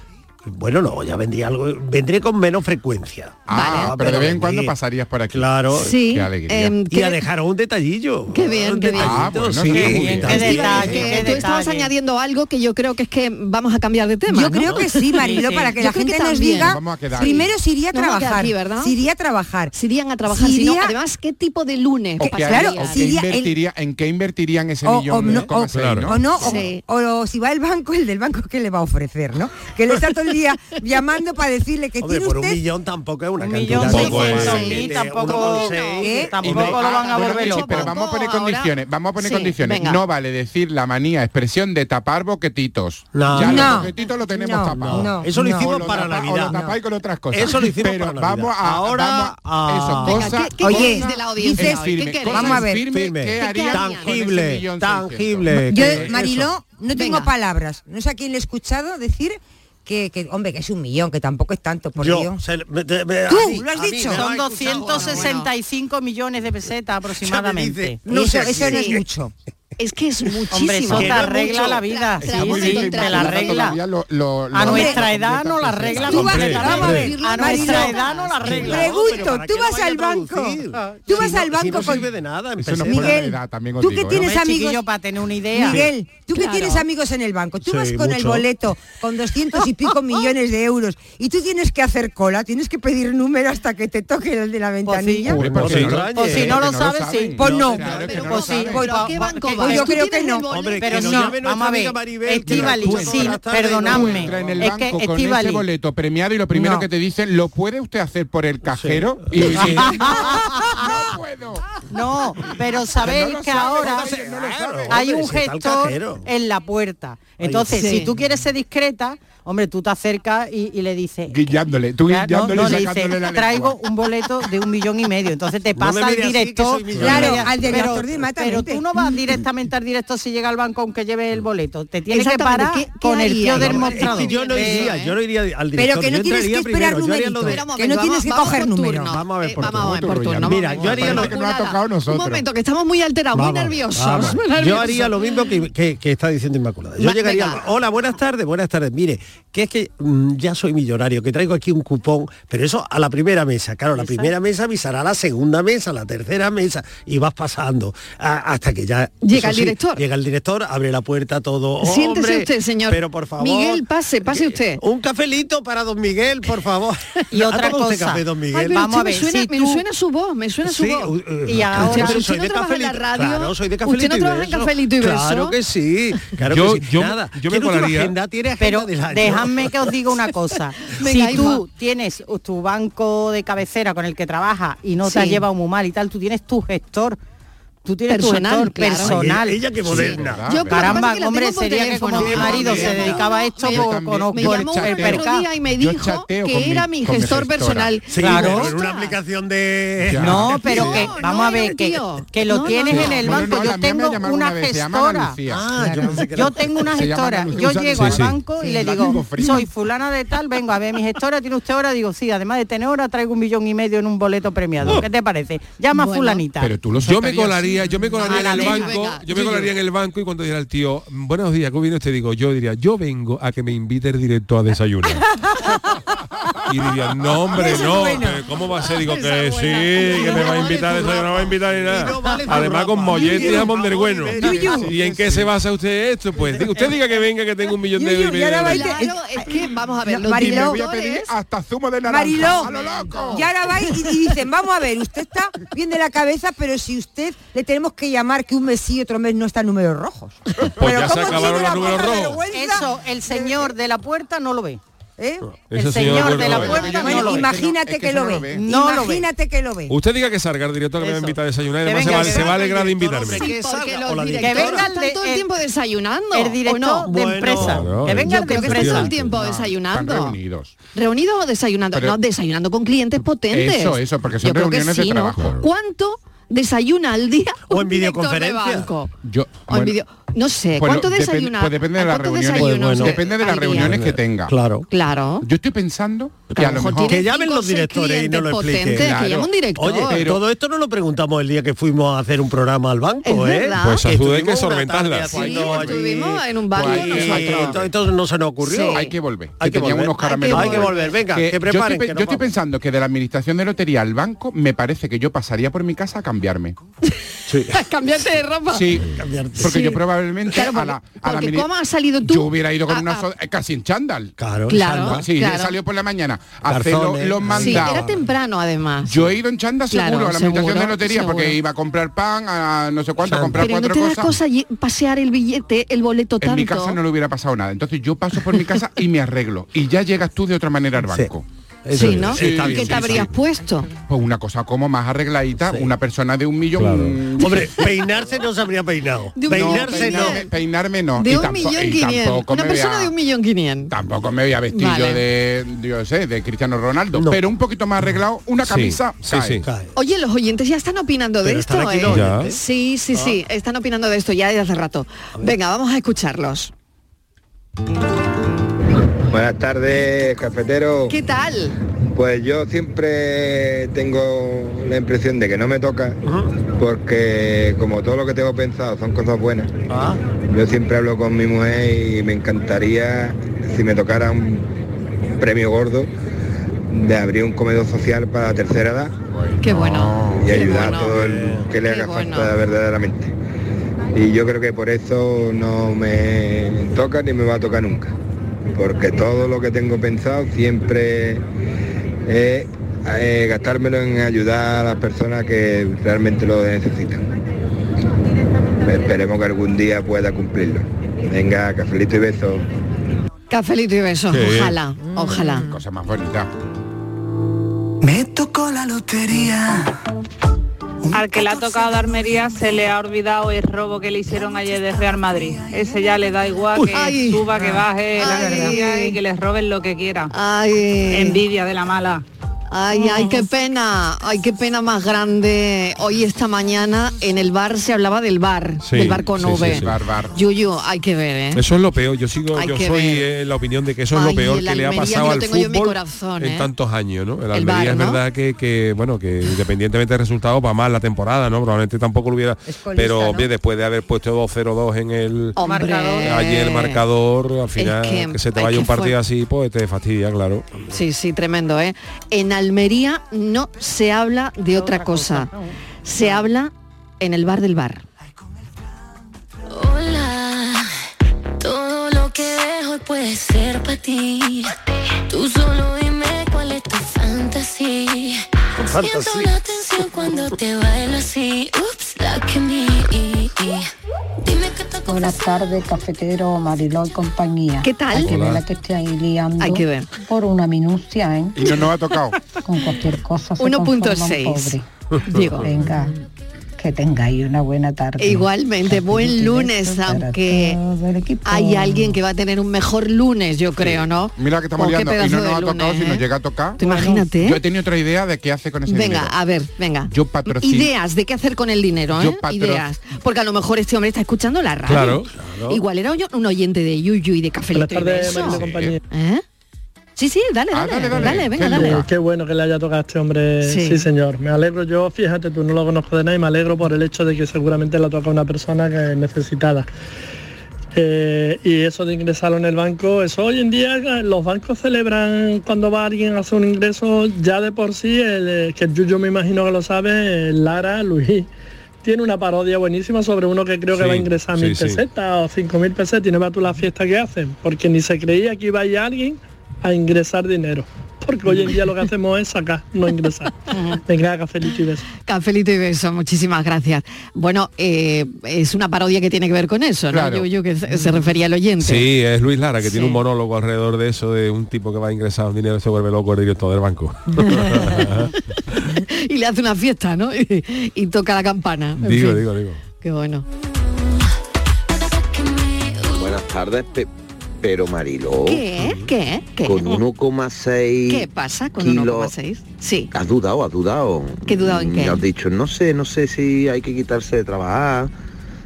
Speaker 8: Bueno, no, ya vendría algo, vendré con menos frecuencia.
Speaker 2: Vale.
Speaker 5: Ah, pero de vez en cuando
Speaker 8: vendría.
Speaker 5: pasarías por aquí.
Speaker 8: Claro.
Speaker 2: Sí,
Speaker 5: Qué alegría.
Speaker 2: em,
Speaker 8: Y
Speaker 2: que-
Speaker 8: a dejaros un detallito.
Speaker 2: Qué bien,
Speaker 8: un
Speaker 2: qué bien.
Speaker 5: Ah, bueno,
Speaker 8: pues sí,
Speaker 5: está muy
Speaker 8: un
Speaker 5: bien.
Speaker 6: Qué
Speaker 8: detallito.
Speaker 6: detalle,
Speaker 2: que
Speaker 6: qué
Speaker 2: tú estabas
Speaker 6: detalle.
Speaker 2: añadiendo algo que yo creo que es que vamos a cambiar de tema.
Speaker 9: Yo
Speaker 2: ¿no?
Speaker 9: creo que sí, Marilo,
Speaker 6: Sí, sí.
Speaker 9: para que
Speaker 2: Yo
Speaker 9: la
Speaker 2: creo que
Speaker 9: gente nos
Speaker 2: también.
Speaker 9: diga.
Speaker 5: Vamos a quedar
Speaker 9: Primero se iría a
Speaker 2: Nos vamos a quedar
Speaker 9: trabajar.
Speaker 2: aquí, ¿verdad?
Speaker 9: Se iría a trabajar.
Speaker 2: se irían a trabajar, si
Speaker 9: Siria-
Speaker 2: no, además, ¿qué tipo de lunes
Speaker 5: O que
Speaker 2: pasaría?
Speaker 9: claro,
Speaker 5: haría- o que
Speaker 9: sí, ya el-
Speaker 5: invertiría- ¿En qué invertirían ese
Speaker 9: O, o
Speaker 5: millón?
Speaker 9: no,
Speaker 5: de coma
Speaker 9: o-
Speaker 5: seis,
Speaker 7: claro.
Speaker 5: ¿no?
Speaker 9: o no, o-
Speaker 2: Sí.
Speaker 9: o, si va el banco, el del banco, ¿qué le va a ofrecer? ¿no? Que le está todo el día llamando para decirle que
Speaker 8: Hombre,
Speaker 9: tiene
Speaker 8: por un
Speaker 9: usted.
Speaker 8: millón tampoco es una
Speaker 6: Un
Speaker 8: cantidad.
Speaker 6: millón
Speaker 7: Tampoco es.
Speaker 6: seiscientos
Speaker 8: de-
Speaker 6: mil,
Speaker 8: de
Speaker 6: tampoco,
Speaker 8: 1,6.
Speaker 9: ¿eh?
Speaker 5: Y
Speaker 6: tampoco lo
Speaker 8: Ah,
Speaker 6: van a
Speaker 5: bueno,
Speaker 6: volver
Speaker 5: sí,
Speaker 6: loco.
Speaker 5: Pero vamos a poner
Speaker 2: Ahora-
Speaker 5: condiciones, vamos a poner
Speaker 2: Sí,
Speaker 5: condiciones.
Speaker 2: venga.
Speaker 5: No vale decir la manía, expresión de tapar boquetitos.
Speaker 8: No.
Speaker 5: Ya
Speaker 9: No.
Speaker 5: los boquetitos lo tenemos
Speaker 9: No,
Speaker 5: tapado.
Speaker 9: no.
Speaker 8: Eso lo
Speaker 9: No.
Speaker 5: O
Speaker 8: hicimos
Speaker 5: lo
Speaker 8: para
Speaker 5: tapa-
Speaker 8: Navidad.
Speaker 5: O lo tapáis con otras cosas.
Speaker 8: Eso lo hicimos
Speaker 5: Pero
Speaker 8: para Navidad.
Speaker 5: vamos a,
Speaker 8: Ahora,
Speaker 5: vamos a
Speaker 8: ah.
Speaker 5: eso,
Speaker 2: Venga,
Speaker 5: cosas,
Speaker 2: ¿qué- qué
Speaker 5: cosas
Speaker 2: queréis de la audiencia
Speaker 5: en
Speaker 2: hoy? ¿Qué
Speaker 5: firme,
Speaker 2: queréis?
Speaker 5: cosas
Speaker 9: Vamos a ver.
Speaker 5: firme,
Speaker 8: Firme.
Speaker 5: ¿qué
Speaker 8: ¿Qué
Speaker 5: harían con ese
Speaker 8: Tangible,
Speaker 5: millón seiscientos?
Speaker 8: tangible.
Speaker 9: Yo,
Speaker 8: que-
Speaker 9: Mariló, no tengo
Speaker 2: Venga.
Speaker 9: palabras. No sé a quién le he escuchado decir que, que, hombre, que es un millón, que tampoco es tanto, por
Speaker 8: Yo,
Speaker 9: Dios.
Speaker 8: se le- me- te- me-
Speaker 9: Tú,
Speaker 8: a mí-
Speaker 9: lo has
Speaker 8: a mí
Speaker 9: dicho.
Speaker 8: me lo
Speaker 6: Son
Speaker 8: ha escuchado.
Speaker 6: 265 millones de pesetas aproximadamente.
Speaker 8: dice, no
Speaker 9: eso
Speaker 8: sé a
Speaker 9: eso no es
Speaker 8: quién.
Speaker 9: mucho.
Speaker 2: Es que es muchísimo.
Speaker 6: Hombre, eso
Speaker 2: Que
Speaker 6: te
Speaker 2: no es
Speaker 6: arregla
Speaker 2: mucho.
Speaker 6: la vida.
Speaker 2: Tra-
Speaker 6: Sí,
Speaker 2: trabajo
Speaker 6: sí,
Speaker 2: de
Speaker 6: te la arregla.
Speaker 5: Todavía lo- lo-
Speaker 6: A
Speaker 5: lo-
Speaker 6: nuestra
Speaker 5: lo
Speaker 6: edad no la
Speaker 5: completas
Speaker 6: arregla
Speaker 5: perfecto.
Speaker 9: Tú vas-
Speaker 6: completa. Vamos a ver, a
Speaker 2: Hombre.
Speaker 6: nuestra edad no la arregla.
Speaker 8: Claro, pero
Speaker 9: Pregunto,
Speaker 8: ¿para
Speaker 9: tú
Speaker 8: qué lo
Speaker 9: vas
Speaker 8: vaya
Speaker 9: al
Speaker 8: a
Speaker 9: banco. Tú
Speaker 8: traducir? Si
Speaker 9: vas
Speaker 8: no-
Speaker 9: al
Speaker 8: si
Speaker 9: banco
Speaker 8: no
Speaker 9: con-
Speaker 8: sirve de nada, en
Speaker 5: Eso no
Speaker 8: pesetas.
Speaker 5: fuera
Speaker 9: Miguel,
Speaker 5: de edad, también os
Speaker 9: ¿tú
Speaker 5: digo,
Speaker 9: qué
Speaker 5: ¿eh?
Speaker 9: tienes
Speaker 6: Hombre,
Speaker 9: amigos-
Speaker 6: chiquillo, para tener una idea.
Speaker 9: Miguel, tú que
Speaker 2: Claro.
Speaker 9: tienes amigos en el banco, tú
Speaker 8: Sí,
Speaker 9: vas con el
Speaker 8: mucho.
Speaker 9: boleto con 200 y pico millones de euros y tú tienes que hacer cola, tienes que pedir número hasta que te toque el de la
Speaker 6: Pues sí.
Speaker 9: ventanilla.
Speaker 5: Hombre, pero
Speaker 8: Pues
Speaker 5: que
Speaker 8: sí.
Speaker 5: no lo-
Speaker 6: Pues si
Speaker 5: que
Speaker 6: no lo
Speaker 5: saben.
Speaker 6: sabes, sí.
Speaker 9: Pues no.
Speaker 5: Claro que
Speaker 2: Pero
Speaker 5: no lo
Speaker 2: ¿cómo?
Speaker 5: saben.
Speaker 2: Pero
Speaker 6: pa-
Speaker 2: ¿a qué
Speaker 6: pa-
Speaker 2: banco
Speaker 6: que-
Speaker 2: vas?
Speaker 9: no, yo creo que no.
Speaker 8: Hombre,
Speaker 6: pero
Speaker 8: que nos
Speaker 6: no,
Speaker 8: llame nuestra
Speaker 6: vamos a
Speaker 8: amiga
Speaker 6: ver,
Speaker 8: Maribel, que
Speaker 6: Estivali,
Speaker 8: actúa
Speaker 6: sí,
Speaker 8: por la tarde y luego
Speaker 6: perdonadme,
Speaker 5: entra en
Speaker 6: es
Speaker 5: el
Speaker 6: que
Speaker 5: banco con ese
Speaker 6: Estivali,
Speaker 5: boleto premiado y lo primero
Speaker 6: No.
Speaker 5: que te dicen, ¿lo puede usted hacer por el cajero? Y
Speaker 8: Sí.
Speaker 5: no puedo.
Speaker 6: no, pero sabéis
Speaker 5: no lo
Speaker 6: que
Speaker 5: sabe,
Speaker 6: ahora
Speaker 5: no lo- no lo
Speaker 8: Claro,
Speaker 5: sabe.
Speaker 6: hay
Speaker 8: hombre,
Speaker 6: un
Speaker 8: si está el
Speaker 6: gestor
Speaker 8: cajero.
Speaker 6: en la puerta. Entonces,
Speaker 2: Sí.
Speaker 6: si tú quieres ser discreta, hombre, tú te acercas y, y le dices...
Speaker 5: Guillándole, tú
Speaker 6: Ya, no,
Speaker 5: guillándole
Speaker 6: no,
Speaker 5: y
Speaker 6: le
Speaker 5: sacándole
Speaker 6: dices,
Speaker 5: la lengua.
Speaker 6: traigo un boleto de un millón y medio. Entonces te
Speaker 8: No me
Speaker 6: pasa al
Speaker 8: mires así, que
Speaker 6: director.
Speaker 8: soy millonario.
Speaker 9: Claro, al director
Speaker 6: pero-
Speaker 9: directamente.
Speaker 6: Pero tú no vas directamente al director si llega al banco aunque lleve el boleto. Te tienes que
Speaker 2: Exactamente.
Speaker 6: parar
Speaker 2: ¿Qué- qué
Speaker 6: con el
Speaker 2: haría?
Speaker 6: tío del
Speaker 2: No,
Speaker 8: Es
Speaker 6: mostrador.
Speaker 8: que yo no
Speaker 2: Eso,
Speaker 8: iría,
Speaker 2: ¿eh?
Speaker 8: yo no iría al director.
Speaker 9: Pero que
Speaker 8: yo
Speaker 9: no tienes que
Speaker 8: entraría
Speaker 9: esperar
Speaker 8: primero, yo haría
Speaker 9: numeritos.
Speaker 8: lo de-
Speaker 2: Pero un
Speaker 9: Que no
Speaker 2: momento,
Speaker 9: tienes que coger número.
Speaker 8: Vamos a ver por
Speaker 2: vamos a ver
Speaker 5: turno,
Speaker 2: por
Speaker 5: turno,
Speaker 2: turno.
Speaker 8: Mira,
Speaker 2: vamos
Speaker 8: yo
Speaker 2: a
Speaker 8: haría
Speaker 2: ver
Speaker 8: lo-
Speaker 2: por
Speaker 5: que no ha
Speaker 2: turno.
Speaker 5: tocado nosotros.
Speaker 2: Un momento, que estamos muy alterados,
Speaker 8: Vamos,
Speaker 2: muy nerviosos.
Speaker 8: vamos.
Speaker 2: muy
Speaker 8: Yo
Speaker 2: nerviosos.
Speaker 8: haría lo mismo que, que- que está diciendo Inmaculada. Yo
Speaker 2: Va,
Speaker 8: llegaría
Speaker 2: venga.
Speaker 8: al- Hola, buenas tardes, buenas tardes. Mire, que es que mm, ya soy millonario, que traigo aquí un cupón, pero eso a la primera mesa. Claro, la primera mesa avisará a la segunda mesa, a la tercera mesa, y vas pasando a- hasta que ya...
Speaker 2: Llega
Speaker 8: eso
Speaker 2: el director.
Speaker 8: Llega el director, abre la puerta todo.
Speaker 2: Siéntese
Speaker 8: "Hombre,
Speaker 2: usted, señor.
Speaker 8: Pero por favor...
Speaker 2: Miguel, pase, pase usted.
Speaker 8: Un cafelito para don Miguel, por favor.
Speaker 6: Y
Speaker 8: ¿Ha
Speaker 6: otra
Speaker 8: tomado usted
Speaker 6: cosa.
Speaker 8: café, don
Speaker 2: Ay,
Speaker 8: Miguel?
Speaker 2: pero
Speaker 6: Vamos
Speaker 2: usted
Speaker 6: a ver,
Speaker 2: Me suena,
Speaker 6: si
Speaker 2: me
Speaker 6: tú-
Speaker 2: suena su voz, me suena su
Speaker 8: Sí,
Speaker 2: voz.
Speaker 8: u- u-
Speaker 6: Y ahora-
Speaker 8: pero
Speaker 6: Pero
Speaker 2: usted no trabaja en la radio.
Speaker 8: Claro, soy de
Speaker 2: Usted
Speaker 8: cafelito
Speaker 2: no
Speaker 8: y
Speaker 2: trabaja en
Speaker 8: beso.
Speaker 2: Cafelito y beso.
Speaker 8: Claro que sí. Claro
Speaker 7: Yo-
Speaker 8: que sí.
Speaker 7: yo-
Speaker 8: Nada.
Speaker 7: yo me
Speaker 8: ¿Quiere usted
Speaker 7: colaría-
Speaker 8: agenda? ¿Tiene agenda
Speaker 6: Pero
Speaker 8: del año?
Speaker 6: dejadme que os diga una cosa.
Speaker 2: Venga,
Speaker 6: si
Speaker 2: Isma.
Speaker 6: tú tienes tu banco de cabecera con el que trabajas y no
Speaker 2: Sí.
Speaker 6: te has llevado muy mal y tal, tú tienes tu gestor. Tú tienes
Speaker 2: Personal,
Speaker 6: tu gestor
Speaker 2: claro.
Speaker 6: personal.
Speaker 8: Ay, ella- ella qué moderna.
Speaker 5: Yo,
Speaker 2: lo que pasa
Speaker 6: Caramba,
Speaker 2: es que la
Speaker 6: hombre,
Speaker 2: tengo por
Speaker 6: sería que
Speaker 2: teléfono.
Speaker 6: como mi
Speaker 8: Qué
Speaker 6: marido se
Speaker 8: moderna.
Speaker 6: dedicaba a esto,
Speaker 2: Me-
Speaker 5: Yo
Speaker 6: por-
Speaker 5: también.
Speaker 6: conozco
Speaker 2: Me
Speaker 5: por
Speaker 2: llamó
Speaker 5: el
Speaker 2: uno el
Speaker 5: chateo.
Speaker 2: otro día y me
Speaker 5: Yo
Speaker 2: dijo
Speaker 5: chateo con
Speaker 2: que
Speaker 5: mi-
Speaker 2: era mi
Speaker 5: con mi
Speaker 2: gestor
Speaker 5: gestora.
Speaker 2: personal.
Speaker 8: Sí,
Speaker 6: Claro.
Speaker 8: pero en una
Speaker 2: Ostras.
Speaker 8: aplicación de...
Speaker 5: Ya.
Speaker 6: No, pero
Speaker 2: No,
Speaker 6: que
Speaker 2: no,
Speaker 6: vamos a ver
Speaker 2: no,
Speaker 6: que,
Speaker 2: tío.
Speaker 6: que lo
Speaker 2: No, no,
Speaker 6: tienes
Speaker 2: no.
Speaker 6: en el
Speaker 5: Bueno,
Speaker 6: banco.
Speaker 5: no, la
Speaker 6: yo
Speaker 5: mía me
Speaker 6: tengo
Speaker 5: llamaron
Speaker 6: una
Speaker 5: vez, se llama Ana
Speaker 6: gestora.
Speaker 5: Lucía.
Speaker 8: Ah, yo pensé que era-
Speaker 6: Yo tengo una
Speaker 5: Se llama
Speaker 6: gestora.
Speaker 5: Ana
Speaker 6: Yo
Speaker 5: Lucía.
Speaker 6: llego
Speaker 5: Sí,
Speaker 6: al
Speaker 5: sí.
Speaker 6: banco y
Speaker 5: Sí,
Speaker 6: le
Speaker 5: la
Speaker 6: digo,
Speaker 5: tengo fría.
Speaker 6: soy fulana de tal, vengo a ver mi gestora, tiene usted hora, digo, sí, además de tener hora, traigo un millón y medio en un boleto premiado. ¿Qué te parece? Llama
Speaker 2: Bueno.
Speaker 6: a fulanita.
Speaker 5: Pero tú lo
Speaker 7: Yo me
Speaker 5: soltarías
Speaker 7: colaría,
Speaker 5: así.
Speaker 7: yo me colaría en
Speaker 6: A la
Speaker 7: el
Speaker 6: ley,
Speaker 7: banco,
Speaker 2: venga.
Speaker 7: yo me colaría en el banco y cuando dijera el tío, buenos días, ¿cómo viene usted? Digo, yo diría, yo vengo a que me invite el directo a desayunar. y diría, no hombre,
Speaker 9: Esa es
Speaker 7: no,
Speaker 9: buena.
Speaker 7: que ¿cómo va a ser? Digo,
Speaker 2: Esa
Speaker 7: que
Speaker 2: es
Speaker 7: sí,
Speaker 2: buena.
Speaker 7: que
Speaker 2: Y
Speaker 7: me
Speaker 2: no
Speaker 7: va a
Speaker 2: vale
Speaker 7: invitar a
Speaker 2: tu
Speaker 7: desayunar, no va a invitar ni nada.
Speaker 8: no vale tu
Speaker 7: Además con
Speaker 8: rapa.
Speaker 7: mollete y
Speaker 8: Yuyu.
Speaker 7: jamón del bueno.
Speaker 5: Yuyu.
Speaker 7: ¿Y en qué se basa usted esto? Pues diga, usted diga que venga que tengo un millón de
Speaker 9: Yuyu, y ahora
Speaker 7: euros.
Speaker 9: vais-
Speaker 2: Claro, es que vamos a ver, los
Speaker 5: Y le
Speaker 9: Mariló,
Speaker 5: voy a pedir
Speaker 2: directores-
Speaker 5: hasta zumo de naranja.
Speaker 9: Mariló,
Speaker 5: ¡A lo loco!
Speaker 9: y ahora vais y, y dicen, vamos a ver, usted está bien de la cabeza, pero si usted le tenemos que llamar que un mes sí y otro mes no está en números rojos.
Speaker 7: Pues ya se
Speaker 9: ¿cómo
Speaker 7: acabaron
Speaker 9: tiene
Speaker 7: los
Speaker 9: la
Speaker 7: números
Speaker 9: poca
Speaker 7: rojos.
Speaker 9: vergüenza?
Speaker 6: Eso, el señor de la puerta no lo ve.
Speaker 9: ¿Eh?
Speaker 7: Ese
Speaker 6: el señor de la
Speaker 7: bueno,
Speaker 6: puerta
Speaker 5: Yo
Speaker 9: Bueno,
Speaker 6: no lo ve.
Speaker 9: imagínate
Speaker 5: Es que
Speaker 9: que,
Speaker 5: no
Speaker 9: lo
Speaker 5: lo
Speaker 9: ve.
Speaker 5: ve.
Speaker 6: No lo ve.
Speaker 9: Imagínate que lo ve.
Speaker 7: Usted diga que salga el director que me va a
Speaker 6: Eso.
Speaker 7: invitar a desayunar y
Speaker 6: Que
Speaker 7: además se
Speaker 6: venga,
Speaker 7: va-
Speaker 6: que
Speaker 7: se va a
Speaker 6: venga
Speaker 7: alegrar de
Speaker 8: Sí,
Speaker 7: invitarme.
Speaker 8: que
Speaker 2: Sí, porque
Speaker 8: salga,
Speaker 2: los
Speaker 8: o la
Speaker 2: directores
Speaker 6: directora.
Speaker 2: están
Speaker 6: Que venga el
Speaker 2: todo
Speaker 6: de-
Speaker 2: el
Speaker 6: el-
Speaker 2: tiempo desayunando.
Speaker 6: El
Speaker 2: ¿o
Speaker 6: director
Speaker 2: no?
Speaker 6: de
Speaker 8: Bueno,
Speaker 6: empresa.
Speaker 7: claro,
Speaker 6: que venga
Speaker 2: Yo
Speaker 6: el de
Speaker 2: creo que está todo
Speaker 6: empresa.
Speaker 2: el tiempo
Speaker 5: No, están
Speaker 2: desayunando.
Speaker 5: reunidos.
Speaker 2: ¿Reunidos o desayunando?
Speaker 5: Pero-
Speaker 2: no, desayunando con clientes potentes.
Speaker 5: Eso, eso, porque son
Speaker 2: Yo creo que
Speaker 5: reuniones de
Speaker 2: sí, ¿no?
Speaker 5: trabajo.
Speaker 2: ¿Cuánto desayuna al día
Speaker 8: O en
Speaker 2: un director
Speaker 8: videoconferencia.
Speaker 2: de banco?
Speaker 5: Yo-
Speaker 2: O en
Speaker 5: bueno,
Speaker 2: video- no sé,
Speaker 5: Bueno,
Speaker 2: ¿cuánto
Speaker 5: depen-
Speaker 2: desayuna?
Speaker 5: pues depende de las
Speaker 2: ¿Cuántos
Speaker 5: reuniones.
Speaker 2: desayunos
Speaker 8: Pues bueno.
Speaker 5: Depende de las
Speaker 2: al día?
Speaker 5: reuniones que tenga.
Speaker 8: Claro.
Speaker 2: Claro.
Speaker 5: Yo estoy pensando que
Speaker 2: Que
Speaker 5: a lo mejor...
Speaker 8: tiene-
Speaker 2: tiene
Speaker 8: Que llamen
Speaker 2: cinco o
Speaker 8: los
Speaker 2: seis
Speaker 8: directores y no lo
Speaker 2: clientes
Speaker 8: expliquen.
Speaker 2: potentes,
Speaker 5: Claro.
Speaker 2: Que llame un director.
Speaker 8: Oye,
Speaker 5: Pero-
Speaker 8: todo esto no lo preguntamos el día que fuimos a hacer un programa al banco,
Speaker 2: Es
Speaker 8: ¿eh?
Speaker 2: verdad. Pues
Speaker 7: esa duda hay
Speaker 8: estuvimos
Speaker 7: que
Speaker 8: una tarde
Speaker 7: solventarla.
Speaker 2: sí,
Speaker 8: haciendo allí-
Speaker 2: estuvimos en un barrio
Speaker 5: Pues ahí-
Speaker 2: nosotros.
Speaker 8: Esto, esto no se nos ocurrió.
Speaker 2: Sí.
Speaker 5: Hay que volver.
Speaker 8: Hay
Speaker 5: que
Speaker 8: que
Speaker 5: tenía
Speaker 8: volver.
Speaker 5: unos
Speaker 8: Hay que
Speaker 5: caramelos.
Speaker 2: volver. Hay que
Speaker 8: volver, venga, que
Speaker 5: yo estoy
Speaker 8: preparen,
Speaker 5: pe-
Speaker 8: que
Speaker 5: Yo
Speaker 8: nos
Speaker 5: estoy,
Speaker 8: vamos.
Speaker 5: pensando que de la administración de lotería al banco, me parece que yo pasaría por mi casa a cambiarme.
Speaker 2: Cambiarte de ropa.
Speaker 5: Sí,
Speaker 8: Cambiarte.
Speaker 5: porque
Speaker 2: Sí.
Speaker 5: yo probablemente
Speaker 2: Claro,
Speaker 5: a la,
Speaker 2: porque-
Speaker 5: a la
Speaker 2: porque
Speaker 5: mini-
Speaker 2: ¿cómo has salido tú?
Speaker 5: Yo hubiera ido con
Speaker 2: Ah,
Speaker 5: una
Speaker 2: ah.
Speaker 5: so- eh, casi en chándal.
Speaker 8: Claro,
Speaker 2: Claro.
Speaker 8: salva.
Speaker 5: Sí,
Speaker 2: claro.
Speaker 5: salió por la mañana a hacer lo-
Speaker 8: Garzones.
Speaker 5: los
Speaker 2: Sí,
Speaker 8: Sí,
Speaker 5: mandados.
Speaker 2: era temprano además.
Speaker 5: Yo he ido en chanda seguro
Speaker 2: Claro,
Speaker 5: a la administración de
Speaker 2: seguro,
Speaker 5: lotería porque
Speaker 2: seguro.
Speaker 5: iba a comprar pan, a no sé cuánto, a
Speaker 8: Chanda.
Speaker 5: comprar
Speaker 2: Pero ¿y no
Speaker 5: cuatro
Speaker 2: te da
Speaker 5: cosas.
Speaker 2: cosa lle- pasear el billete, el boleto
Speaker 5: en
Speaker 2: tanto.
Speaker 5: mi casa no le hubiera pasado nada. Entonces yo paso por mi casa y me arreglo. Y ya llegas tú de otra manera al
Speaker 8: Sí.
Speaker 5: banco.
Speaker 8: Eso
Speaker 2: Sí,
Speaker 8: es.
Speaker 2: ¿no?
Speaker 5: Sí, está
Speaker 2: ¿Y
Speaker 5: bien,
Speaker 2: qué
Speaker 5: sí,
Speaker 2: te habrías
Speaker 5: sí.
Speaker 2: puesto?
Speaker 5: Pues una cosa como más arregladita, una persona de un millón.
Speaker 7: Claro.
Speaker 5: mm,
Speaker 8: Hombre, peinarse no se habría peinado.
Speaker 2: De un
Speaker 8: Peinarse no.
Speaker 5: peinarme, peinarme no.
Speaker 2: De
Speaker 5: Y
Speaker 2: un
Speaker 5: tampo-
Speaker 2: millón
Speaker 5: y
Speaker 2: quinientos.
Speaker 5: tampoco
Speaker 2: Una
Speaker 5: me voy
Speaker 2: persona
Speaker 5: a-
Speaker 2: de un millón quinientos.
Speaker 5: Tampoco me voy a vestir
Speaker 2: Vale.
Speaker 5: yo de, yo sé, de Cristiano Ronaldo,
Speaker 8: No.
Speaker 5: pero un poquito más arreglado, una
Speaker 7: Sí,
Speaker 5: camisa.
Speaker 7: sí,
Speaker 5: cae.
Speaker 7: sí.
Speaker 8: Cae.
Speaker 2: Oye, los oyentes ya están opinando de
Speaker 8: Pero
Speaker 2: esto,
Speaker 8: están aquí
Speaker 2: ¿eh?
Speaker 8: los
Speaker 7: Ya.
Speaker 8: oyentes. Ah.
Speaker 2: Sí, sí, sí, están opinando de esto ya desde hace rato. Venga, vamos a escucharlos.
Speaker 10: Buenas tardes, cafetero.
Speaker 2: ¿Qué tal?
Speaker 10: Pues yo siempre tengo la impresión de que no me toca, porque como todo lo que tengo pensado son cosas buenas,
Speaker 8: Ah,
Speaker 10: yo siempre hablo con mi mujer y me encantaría, si me tocara un premio gordo, de abrir un comedor social para la tercera edad
Speaker 2: Qué bueno.
Speaker 10: y
Speaker 2: qué
Speaker 10: ayudar
Speaker 2: bueno.
Speaker 10: a todo el que le
Speaker 2: Qué
Speaker 10: haga
Speaker 2: bueno.
Speaker 10: falta verdaderamente. Y yo creo que por eso no me toca ni me va a tocar nunca. Porque todo lo que tengo pensado siempre es eh, gastármelo en ayudar a las personas que realmente lo necesitan. Esperemos que algún día pueda cumplirlo. Venga, cafelito y beso.
Speaker 2: Cafelito y besos,
Speaker 10: Sí.
Speaker 2: ojalá, ojalá.
Speaker 5: Cosa más bonita.
Speaker 8: Mm.
Speaker 4: Me tocó la lotería.
Speaker 11: Al que le ha tocado de Armería se le ha olvidado el robo que le hicieron ayer de Real Madrid. Ese ya le da igual
Speaker 2: Uy,
Speaker 11: que
Speaker 2: ay. Ah.
Speaker 11: suba, que baje la
Speaker 2: Ay.
Speaker 11: lotería y que les roben lo que quiera.
Speaker 2: Envidia
Speaker 11: de la mala.
Speaker 2: Ay, ay, qué pena, ay, qué pena más grande. Hoy esta mañana en el bar se hablaba del bar,
Speaker 7: Sí,
Speaker 2: del bar con
Speaker 7: sí,
Speaker 2: V.
Speaker 7: sí, sí. Bar, bar.
Speaker 2: Yuyu, hay que ver, ¿eh?
Speaker 7: Eso es lo peor. Yo sigo,
Speaker 2: Hay
Speaker 7: yo
Speaker 2: que
Speaker 7: soy
Speaker 2: ver.
Speaker 7: eh, la opinión de que eso es
Speaker 2: Ay,
Speaker 7: lo peor
Speaker 2: el
Speaker 7: que le ha
Speaker 2: Almería,
Speaker 7: pasado
Speaker 2: yo lo
Speaker 7: al
Speaker 2: tengo yo en mi
Speaker 7: fútbol
Speaker 2: corazón,
Speaker 7: en
Speaker 2: ¿eh?
Speaker 7: tantos años, ¿no? El
Speaker 2: El
Speaker 7: Almería
Speaker 2: Bar,
Speaker 7: es
Speaker 2: ¿no?
Speaker 7: verdad que, que, bueno, que independientemente del resultado va mal la temporada, ¿no? Probablemente tampoco lo hubiera,
Speaker 2: colista,
Speaker 7: pero
Speaker 2: ¿no?
Speaker 7: hombre, después de haber puesto 2-0-2 en el
Speaker 2: Hombre. Marcador.
Speaker 7: ayer el marcador, al final
Speaker 2: que-
Speaker 7: que, se te
Speaker 2: es
Speaker 7: vaya
Speaker 2: que
Speaker 7: un partido
Speaker 2: fue-
Speaker 7: así, pues te fastidia, claro.
Speaker 2: Sí, sí, tremendo, ¿eh? En Almería no se habla de otra cosa. Se habla en el bar del bar.
Speaker 12: Hola, todo lo que dejo puede ser para ti. Tú solo dime cuál es tu fantasía.
Speaker 4: Fantasía.
Speaker 12: Siento la tensión cuando te bailo así. Ups, like me. Dime que te
Speaker 13: Buenas tardes, cafetero, Mariló y compañía.
Speaker 2: ¿Qué tal?
Speaker 13: Hay que
Speaker 5: Hola.
Speaker 13: ver la que esté ahí liando.
Speaker 5: Hay que ver.
Speaker 13: Por una minucia, ¿eh?
Speaker 5: Y no nos ha tocado.
Speaker 13: Con cualquier cosa se
Speaker 2: 1.6. Digo.
Speaker 13: Venga, que tengáis una buena
Speaker 9: E
Speaker 13: tarde.
Speaker 2: Igualmente, buen lunes, aunque hay alguien que va a tener un mejor lunes, yo creo, ¿no?
Speaker 5: Mira que estamos
Speaker 2: Oh, qué
Speaker 5: liando y
Speaker 2: pedazo
Speaker 5: no nos
Speaker 2: de
Speaker 5: ha tocado,
Speaker 2: lunes,
Speaker 5: si nos
Speaker 2: ¿eh?
Speaker 5: llega a tocar.
Speaker 2: Tú imagínate,
Speaker 5: Yo he tenido otra idea de qué hace con ese
Speaker 2: Venga,
Speaker 5: dinero.
Speaker 2: a ver, venga.
Speaker 5: Yo patrocino.
Speaker 2: Ideas de qué hacer con el dinero,
Speaker 5: Yo
Speaker 2: ¿eh?
Speaker 5: patro-
Speaker 2: Ideas. Porque a lo mejor este hombre está escuchando la radio.
Speaker 5: Claro, claro.
Speaker 2: Igual era yo- un oyente de Yuyu y de Café
Speaker 14: Buenas tardes, Marilo, compañía.
Speaker 2: ¿Eh? Sí, sí, dale, dale, dale, venga, dale.
Speaker 14: Qué bueno que le haya tocado a este hombre.
Speaker 2: Sí.
Speaker 14: Sí. señor. Me alegro yo, fíjate, tú no lo conozco de nada y me alegro por el hecho de que seguramente le toca a una persona que es necesitada. Eh, y eso de ingresarlo en el banco, eso hoy en día eh, los bancos celebran cuando va alguien a hacer un ingreso, ya de por sí, el, eh, que yo, yo me imagino que lo sabe, eh, Lara, Luis, tiene una parodia buenísima sobre uno que creo que
Speaker 15: Sí,
Speaker 14: va a ingresar
Speaker 15: sí,
Speaker 14: mil
Speaker 15: sí.
Speaker 14: pesetas o cinco mil pesetas y no va tú la fiesta que hacen, porque ni se creía que iba a ir alguien a ingresar dinero. Porque hoy en día lo que hacemos es sacar, no ingresar. Venga, cafelito y besos.
Speaker 2: Cafelito y beso, muchísimas gracias. Bueno, eh, es una parodia que tiene que ver con eso, ¿no?
Speaker 7: Claro.
Speaker 2: Yuyu, que se, se refería al oyente.
Speaker 7: Sí, eh. es Luis Lara que tiene
Speaker 2: Sí.
Speaker 7: un monólogo alrededor de eso de un tipo que va a ingresar un dinero y se vuelve loco el director del banco.
Speaker 2: y le hace una fiesta, ¿no? Y, y toca la campana. En
Speaker 7: digo,
Speaker 2: fin,
Speaker 7: digo, digo.
Speaker 2: Qué bueno.
Speaker 16: Buenas tardes, pe- pero Mariló.
Speaker 2: ¿Qué? ¿Qué? ¿Qué?
Speaker 16: Con 1,6
Speaker 2: ¿Qué pasa con
Speaker 16: kilos-
Speaker 2: 1,6? Sí.
Speaker 16: Has dudado, has dudado.
Speaker 2: ¿Qué he dudado en
Speaker 16: Mm,
Speaker 2: qué?
Speaker 16: Has dicho, no sé, no sé si hay que quitarse de trabajar.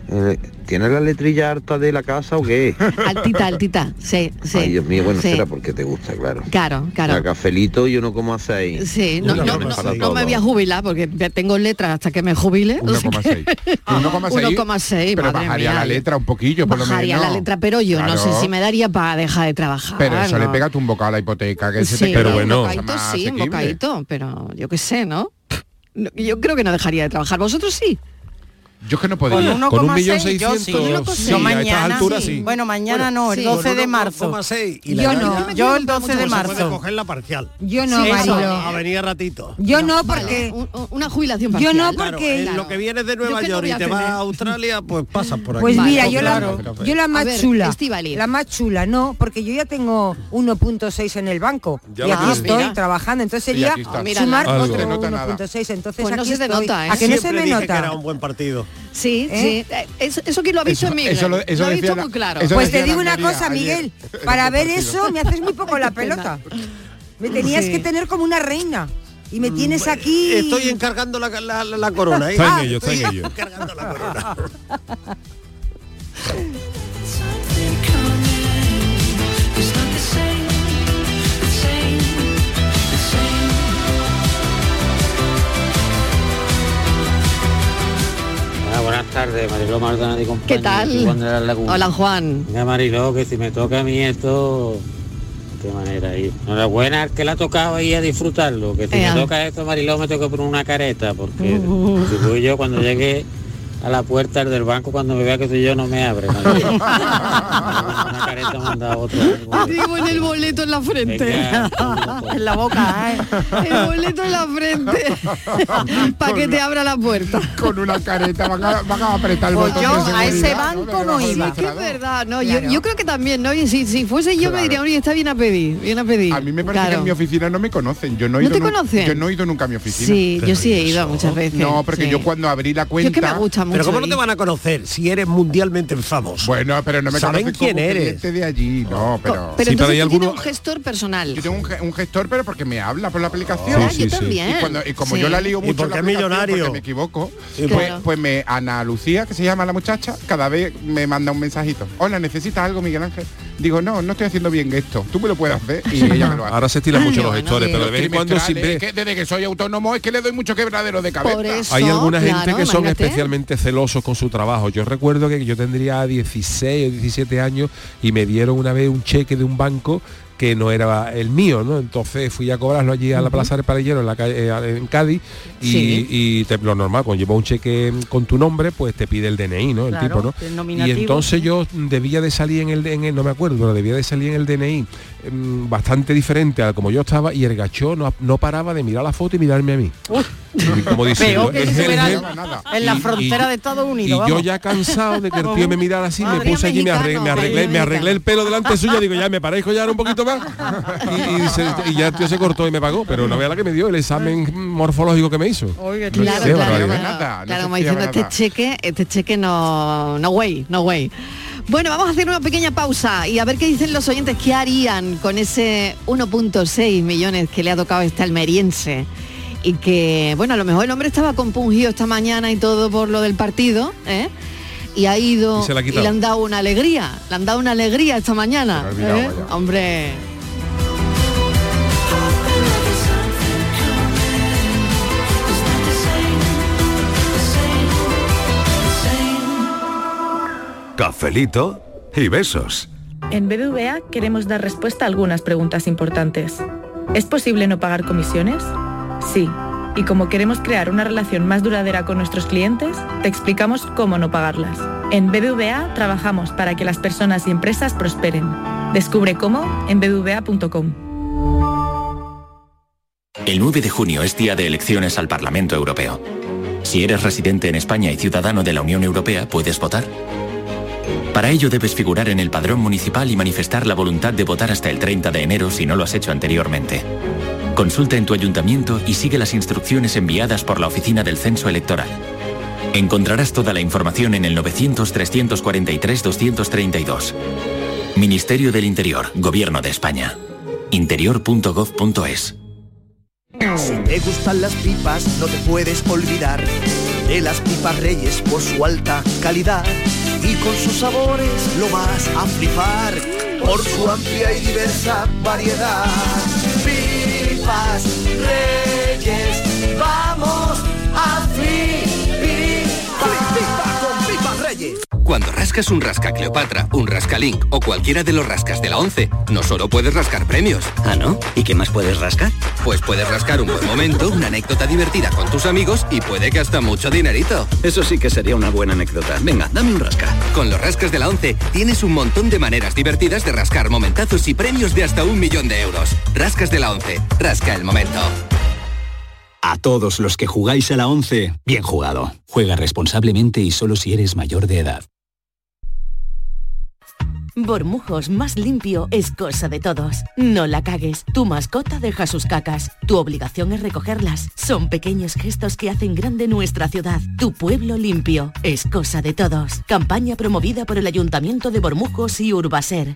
Speaker 16: Eh, ¿Tienes la letrilla harta de la casa o qué?
Speaker 2: Altita, altita. Sí, sí.
Speaker 16: Ay, Dios mío, bueno,
Speaker 2: Sí.
Speaker 16: será porque te gusta, claro.
Speaker 2: Claro,
Speaker 16: La
Speaker 2: claro.
Speaker 16: cafelito y 1,6.
Speaker 2: Sí, no, no, no,
Speaker 16: Para
Speaker 2: no
Speaker 16: todo.
Speaker 2: me voy a jubilar porque ya tengo letras hasta que me jubile. o sea que- 1,6,
Speaker 5: Pero
Speaker 2: madre
Speaker 5: bajaría
Speaker 2: mía.
Speaker 5: la letra un poquillo, por lo menos.
Speaker 2: Bajaría la letra, pero yo no
Speaker 5: Claro.
Speaker 2: sé si me daría para dejar de trabajar.
Speaker 5: Pero eso le
Speaker 2: ¿no?
Speaker 5: pega tu un bocado a la hipoteca, que se
Speaker 2: Sí,
Speaker 5: te queda
Speaker 2: un
Speaker 5: una cosa
Speaker 2: bocadito
Speaker 5: más
Speaker 2: sí, un
Speaker 5: asequible.
Speaker 2: bocadito, pero yo qué sé, ¿no? No, Yo creo que no dejaría de trabajar. Vosotros sí.
Speaker 5: Yo es que no
Speaker 6: Con
Speaker 5: podría.
Speaker 6: 1,6 yo sí. Yo mañana sí. Bueno, mañana no, el 12 de marzo.
Speaker 8: y la
Speaker 6: Yo
Speaker 8: edad
Speaker 6: no,
Speaker 8: ya me
Speaker 6: yo el
Speaker 8: preocupa
Speaker 6: 12 de
Speaker 8: mucho, se
Speaker 6: marzo.
Speaker 8: puede coger la parcial.
Speaker 9: Yo no,
Speaker 8: Eso,
Speaker 9: Marilo.
Speaker 8: A venir a ratito.
Speaker 9: Yo no, porque...
Speaker 2: Una
Speaker 9: Yo
Speaker 2: jubilación
Speaker 8: parcial.
Speaker 9: no,
Speaker 8: Claro,
Speaker 9: porque...
Speaker 8: en lo que vienes de Nueva
Speaker 9: Yo que no
Speaker 8: York
Speaker 9: voy
Speaker 8: y
Speaker 9: a
Speaker 8: te vas
Speaker 9: tener.
Speaker 8: a Australia, pues pasas por aquí.
Speaker 9: Pues mira, yo,
Speaker 8: Claro.
Speaker 9: la, yo la más
Speaker 2: A ver,
Speaker 9: chula.
Speaker 2: Estíbaliz.
Speaker 9: La más chula, no, porque yo ya tengo 1.6 en el banco.
Speaker 2: Ya
Speaker 9: y
Speaker 2: lo
Speaker 9: aquí
Speaker 2: tienes.
Speaker 9: estoy
Speaker 2: Mira.
Speaker 9: trabajando. Entonces
Speaker 2: Y
Speaker 9: sería
Speaker 2: aquí está. Mira,
Speaker 9: sumar
Speaker 2: nada.
Speaker 9: otro
Speaker 2: No se te nota nada.
Speaker 9: 1.6 Entonces
Speaker 2: Pues no
Speaker 9: aquí
Speaker 2: se te
Speaker 9: estoy.
Speaker 2: nota, ¿eh?
Speaker 9: A que no se
Speaker 8: Siempre
Speaker 9: me
Speaker 8: dije que
Speaker 9: nota.
Speaker 8: era un buen partido.
Speaker 2: Sí,
Speaker 9: ¿Eh?
Speaker 2: sí. Eh, Eso, eso que lo ha visto Miguel.
Speaker 8: lo- eso
Speaker 2: lo ha
Speaker 8: decía
Speaker 2: visto
Speaker 8: la-
Speaker 2: muy claro.
Speaker 8: eso
Speaker 9: Pues te
Speaker 8: decía
Speaker 9: digo una
Speaker 8: la Almería
Speaker 9: cosa,
Speaker 8: ayer.
Speaker 9: Miguel. Para ver
Speaker 8: partido.
Speaker 9: eso me haces muy poco la pelota. Me tenías
Speaker 8: Sí. Mm,
Speaker 9: que tener como una reina. Y me tienes aquí.
Speaker 8: Estoy encargando la, la- la- la corona. ¿eh?
Speaker 7: Está
Speaker 8: Ah,
Speaker 7: en ello, está en
Speaker 8: estoy
Speaker 7: ello.
Speaker 8: encargando la corona.
Speaker 17: Hola, buenas tardes, Mariló Maldonado y compañía.
Speaker 2: ¿Qué tal?
Speaker 17: soy Juan de la Laguna.
Speaker 2: Hola Juan.
Speaker 17: Venga, Mariló, que si me toca a mí esto... Qué manera ahí. Enhorabuena al que le ha tocado ahí a disfrutarlo. Que si
Speaker 2: Ea. Uh.
Speaker 17: me toca esto, Mariló, me toca por una careta. Porque si voy yo cuando llegue a la puerta el del banco cuando me vea que soy yo no me abre. macho. Una careta manda otro.
Speaker 2: Digo en el boleto en la frente.
Speaker 17: Venga,
Speaker 2: en la boca, ¿eh? El boleto en la frente. Para que te abra la puerta.
Speaker 5: Con una careta, van a, van a apretar el
Speaker 2: Pues
Speaker 5: botón
Speaker 2: yo
Speaker 5: de
Speaker 2: a ese
Speaker 5: seguridad,
Speaker 2: banco
Speaker 5: Pero
Speaker 2: no
Speaker 5: vamos,
Speaker 2: iba.
Speaker 5: sí, que es
Speaker 2: verdad, no, yo, yo creo que también, ¿no? Y si, si fuese yo me diría, oye, está bien a pedir, bien a pedir.
Speaker 5: A mí me parece que
Speaker 2: Claro.
Speaker 5: en mi oficina no me conocen. Yo no, he
Speaker 2: ¿No
Speaker 5: ido
Speaker 2: te
Speaker 5: nun-
Speaker 2: conocen?
Speaker 5: Yo no he ido nunca a mi oficina.
Speaker 2: Sí, yo sí he ido a muchas veces.
Speaker 5: No, porque
Speaker 2: sí.
Speaker 5: yo cuando abrí la
Speaker 2: Yo
Speaker 5: cuenta...
Speaker 2: es que me gusta mucho.
Speaker 8: Pero ¿cómo no te
Speaker 2: ir.
Speaker 8: van a conocer si eres mundialmente famoso?
Speaker 5: Bueno, pero no me
Speaker 8: ¿Saben
Speaker 5: conocen
Speaker 8: quién
Speaker 5: como
Speaker 8: eres?
Speaker 5: cliente de allí, no, pero...
Speaker 2: Pero entonces tú tienes un gestor personal.
Speaker 5: Yo tengo un, ge- un gestor, pero porque me habla por la aplicación.
Speaker 2: Ah, Sí, yo sí, sí. también.
Speaker 5: Y, cuando- y como
Speaker 2: Sí.
Speaker 5: yo la lío
Speaker 2: Y
Speaker 5: mucho,
Speaker 2: porque
Speaker 5: la
Speaker 2: es
Speaker 5: aplicación,
Speaker 2: millonario.
Speaker 5: porque me equivoco,
Speaker 2: Sí,
Speaker 5: pues,
Speaker 2: claro.
Speaker 5: pues me Ana Lucía, que se llama la muchacha, cada vez me manda un mensajito. Hola, ¿necesitas algo, Miguel Ángel? Digo, no, no estoy haciendo bien esto. Tú me lo puedes hacer y ella me lo hace.
Speaker 7: Ahora se estilan mucho los gestores, pero de vez en cuando
Speaker 5: Trimestrales,
Speaker 7: sin ver-
Speaker 5: es que desde que soy autónomo es que le doy mucho quebradero de cabeza.
Speaker 7: Hay alguna gente que son especialmente celosos con su trabajo. Yo recuerdo que yo tendría 16 o 17 años y me dieron una vez un cheque de un banco que no era el mío, ¿no? Entonces fui a cobrarlo allí a la Plaza del Parellero en, la calle, eh, en Cádiz y,
Speaker 6: Sí.
Speaker 7: y te- lo normal, cuando llevas un cheque con tu nombre, pues te pide el DNI, ¿no? El
Speaker 6: Claro,
Speaker 7: tipo, ¿no?
Speaker 6: el
Speaker 7: y
Speaker 6: nominativo.
Speaker 7: entonces yo debía de salir en el, en el- no me acuerdo, pero debía de salir en el DNI mm, bastante diferente a como yo estaba y el gacho no, no paraba de mirar la foto y mirarme a mí. Y como dice,
Speaker 6: Peor que
Speaker 7: es
Speaker 6: si
Speaker 7: el
Speaker 6: estuviera
Speaker 7: jefe.
Speaker 6: en la
Speaker 7: Y- y-
Speaker 6: frontera de Estados
Speaker 7: Y
Speaker 6: Unidos.
Speaker 7: yo
Speaker 6: vamos.
Speaker 7: ya cansado de que el tío me mirara así, me
Speaker 6: Madre
Speaker 7: puse allí, me arreglé,
Speaker 6: mexicano,
Speaker 7: me arreglé, me arreglé el pelo delante suya, digo, ya me parezco ya ahora un poquito más. Y, y se- y ya el tío se cortó y me pagó, pero no vea la que me dio, el examen morfológico que me hizo.
Speaker 6: Oiga,
Speaker 7: No
Speaker 2: Claro,
Speaker 7: sé,
Speaker 2: claro,
Speaker 7: barbaridad.
Speaker 2: claro. Claro, como
Speaker 7: se
Speaker 2: diciendo,
Speaker 7: fiaba
Speaker 2: este
Speaker 7: nada.
Speaker 2: cheque, este cheque no, no way, no way. Bueno, vamos a hacer una pequeña pausa y a ver qué dicen los oyentes, qué harían con ese 1.6 millones que le ha tocado este almeriense. Y que, bueno, a lo mejor el hombre estaba compungido esta mañana y todo por lo del partido, ¿eh? Y ha ido
Speaker 7: Y se la ha
Speaker 2: y
Speaker 7: quitado.
Speaker 2: le han dado una alegría, le han dado una alegría esta mañana.
Speaker 7: Se lo ha olvidado,
Speaker 2: ¿eh? Hombre.
Speaker 3: Cafelito y besos.
Speaker 18: En BBVA queremos dar respuesta a algunas preguntas importantes. ¿Es posible no pagar comisiones? Sí. Y como queremos crear una relación más duradera con nuestros clientes, te explicamos cómo no pagarlas. En BBVA trabajamos para que las personas y empresas prosperen. Descubre cómo en bbva.com.
Speaker 19: El 9 de junio es día de elecciones al Parlamento Europeo. Si eres residente en España y ciudadano de la Unión Europea, puedes votar. Para ello debes figurar en el padrón municipal y manifestar la voluntad de votar hasta el 30 de enero si no lo has hecho anteriormente. Consulta en tu ayuntamiento y sigue las instrucciones enviadas por la Oficina del Censo Electoral. Encontrarás toda la información en el 900-343-232. Ministerio del Interior, Gobierno de España. interior.gov.es
Speaker 12: Si te gustan las pipas, no te puedes olvidar de las pipas reyes por su alta calidad. Y con sus sabores lo vas a flipar por su amplia y diversa variedad. Pipas reyes, vamos a flipar. Flipa con pipas reyes.
Speaker 20: Cuando rascas un rasca Cleopatra, un rasca Link o cualquiera de los rascas de la 11, no solo puedes rascar premios. ¿Ah, no? ¿Y qué más puedes rascar? Pues puedes rascar un buen momento, una anécdota divertida con tus amigos y puede que hasta mucho dinerito. Eso sí que sería una buena anécdota. Venga, dame un rasca. Con los rascas de la 11 tienes un montón de maneras divertidas de rascar momentazos y premios de hasta un millón de euros. Rascas de la 11. Rasca el momento.
Speaker 21: A todos los que jugáis a la 11, bien jugado. Juega responsablemente y solo si eres mayor de edad.
Speaker 22: Bormujos más limpio es cosa de todos. No la cagues, tu mascota deja sus cacas. Tu obligación es recogerlas. Son pequeños gestos que hacen grande nuestra ciudad. Tu pueblo limpio es cosa de todos. Campaña promovida por el Ayuntamiento de Bormujos y Urbaser.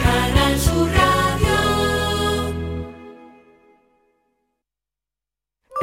Speaker 23: Canal Sur Radio.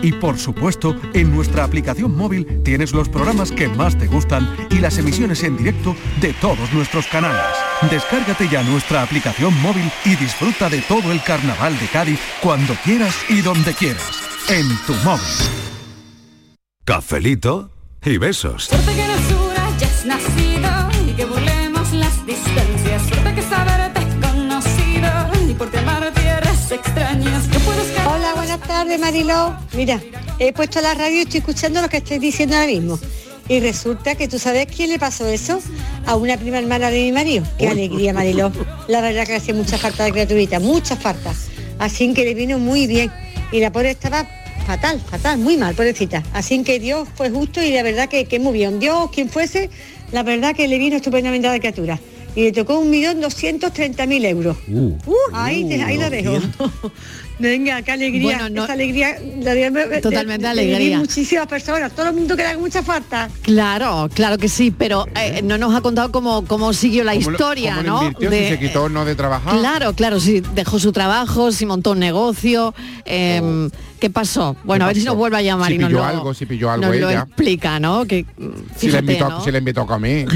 Speaker 3: Y por supuesto, en nuestra aplicación móvil tienes los programas que más te gustan y las emisiones en directo de todos nuestros canales. Descárgate ya nuestra aplicación móvil y disfruta de todo el carnaval de Cádiz cuando quieras y donde quieras. En tu móvil.
Speaker 1: Cafelito y besos.
Speaker 10: Suerte que las ya has nacido y que burlemos las distancias. Suerte que saberte es conocido y por quemar tierras extrañas. Que puedes ca-
Speaker 11: Hola, buenas tardes, Mariló. Mira, he puesto la radio y estoy escuchando lo que estoy diciendo ahora mismo. Y resulta que tú sabes quién le pasó eso a una prima hermana de mi marido. Qué alegría, Mariló. La verdad que le hacía mucha falta de criaturita, mucha falta. Así que le vino muy bien. Y la pobre estaba fatal, fatal, muy mal, pobrecita. Así que Dios fue justo y la verdad que, que muy bien. Dios, quien fuese, la verdad que le vino estupendamente a la criatura. Y le tocó 1.230.000 euros. Uh, ahí, te- ahí lo dejo. Venga, qué alegría,
Speaker 2: Bueno, no-
Speaker 11: esa alegría, la de- de-
Speaker 2: Totalmente
Speaker 11: de- de
Speaker 2: alegría.
Speaker 11: vivir muchísimas personas, todo el mundo que le haga mucha falta.
Speaker 2: Claro, claro que sí, pero eh, no nos ha contado cómo, cómo siguió la
Speaker 5: ¿Cómo lo-
Speaker 2: historia,
Speaker 5: cómo lo
Speaker 2: ¿no?
Speaker 5: invirtió?
Speaker 2: De-
Speaker 5: Si se quitó o no de trabajar.
Speaker 2: Claro, claro, si dejó su trabajo, si montó un negocio, em, ¿qué pasó? Bueno,
Speaker 5: Oh. ¿Qué
Speaker 2: a ver si
Speaker 5: pasó?
Speaker 2: nos vuelve a llamar
Speaker 5: Si
Speaker 2: y nos
Speaker 5: pilló
Speaker 2: lo,
Speaker 5: algo, si pilló algo
Speaker 2: nos lo
Speaker 5: ella.
Speaker 2: explica, ¿no? Que, mm,
Speaker 5: Si le
Speaker 2: fíjate,
Speaker 5: invitó,
Speaker 2: ¿no?
Speaker 5: si le invitó a comer.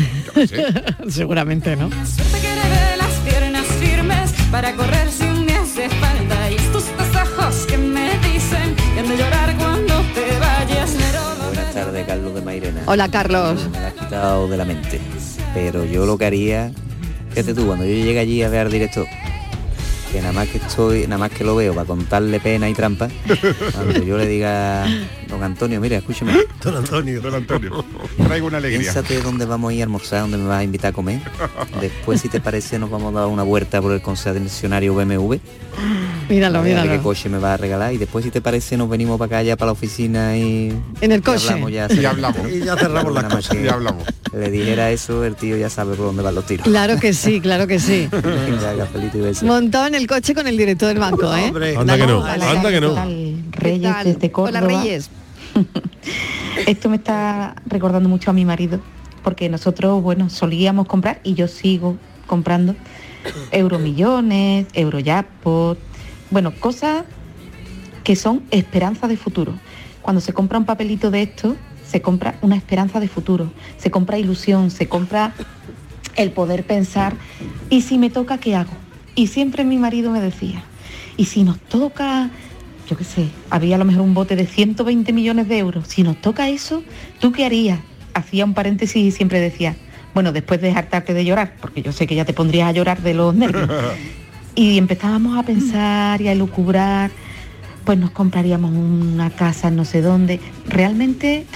Speaker 2: Seguramente no.
Speaker 10: de las piernas firmes para correr sin me hace falta y estos tasajos que me dicen que me llorar cuando te vayas
Speaker 24: Buenas tardes, Carlos de Mairena.
Speaker 2: Hola, Carlos.
Speaker 24: Me la has quitado de la mente. Pero yo lo que haría, fíjate tú, cuando yo llegue allí a ver al director, que nada más que estoy, nada más que lo veo para contarle pena y trampa, cuando yo le diga, don Antonio, mira, escúchame.
Speaker 8: Don Antonio.
Speaker 5: Don Antonio. Traigo una alegría.
Speaker 24: Piénsate dónde vamos a ir a almorzar, dónde me vas a invitar a comer. Después, si te parece, nos vamos a dar una vuelta por el concesionario BMW.
Speaker 2: Míralo,
Speaker 24: A ver
Speaker 2: míralo.
Speaker 24: qué coche me va a regalar y después si te parece nos venimos para acá ya para la oficina y
Speaker 2: En el
Speaker 24: y
Speaker 2: coche.
Speaker 24: hablamos ya,
Speaker 2: Y hablamos.
Speaker 24: ¿no?
Speaker 2: Y ya cerramos las
Speaker 24: Nada más
Speaker 2: cosas.
Speaker 24: que
Speaker 2: Y hablamos.
Speaker 24: Le dijera eso, el tío ya sabe por dónde van los tiros.
Speaker 2: Claro que sí, claro que sí.
Speaker 24: Venga, cafelito y besos.
Speaker 2: Montado en el coche con el director del banco, ¿eh?
Speaker 24: Hombre.
Speaker 2: Dale, dale.
Speaker 24: Hola, anda que no.
Speaker 2: ¿Qué
Speaker 18: Reyes
Speaker 2: tal?
Speaker 18: desde Córdoba.
Speaker 2: Hola, Reyes.
Speaker 18: Esto me está recordando mucho a mi marido, porque nosotros, bueno, solíamos comprar y yo sigo comprando euromillones, eurojackpot, bueno, cosas que son esperanzas de futuro. Cuando se compra un papelito de esto, se compra una esperanza de futuro, se compra ilusión, se compra el poder pensar, ¿y si me toca qué hago? Y siempre mi marido me decía, ¿y si nos toca yo qué sé, había a lo mejor un bote de 120 millones de euros. Si nos toca eso, ¿tú qué harías? Hacía un paréntesis y siempre decía, bueno, después de hartarte de llorar, porque yo sé que ya te pondrías a llorar de los nervios. Y empezábamos a pensar y a lucubrar, pues nos compraríamos una casa en no sé dónde. Realmente,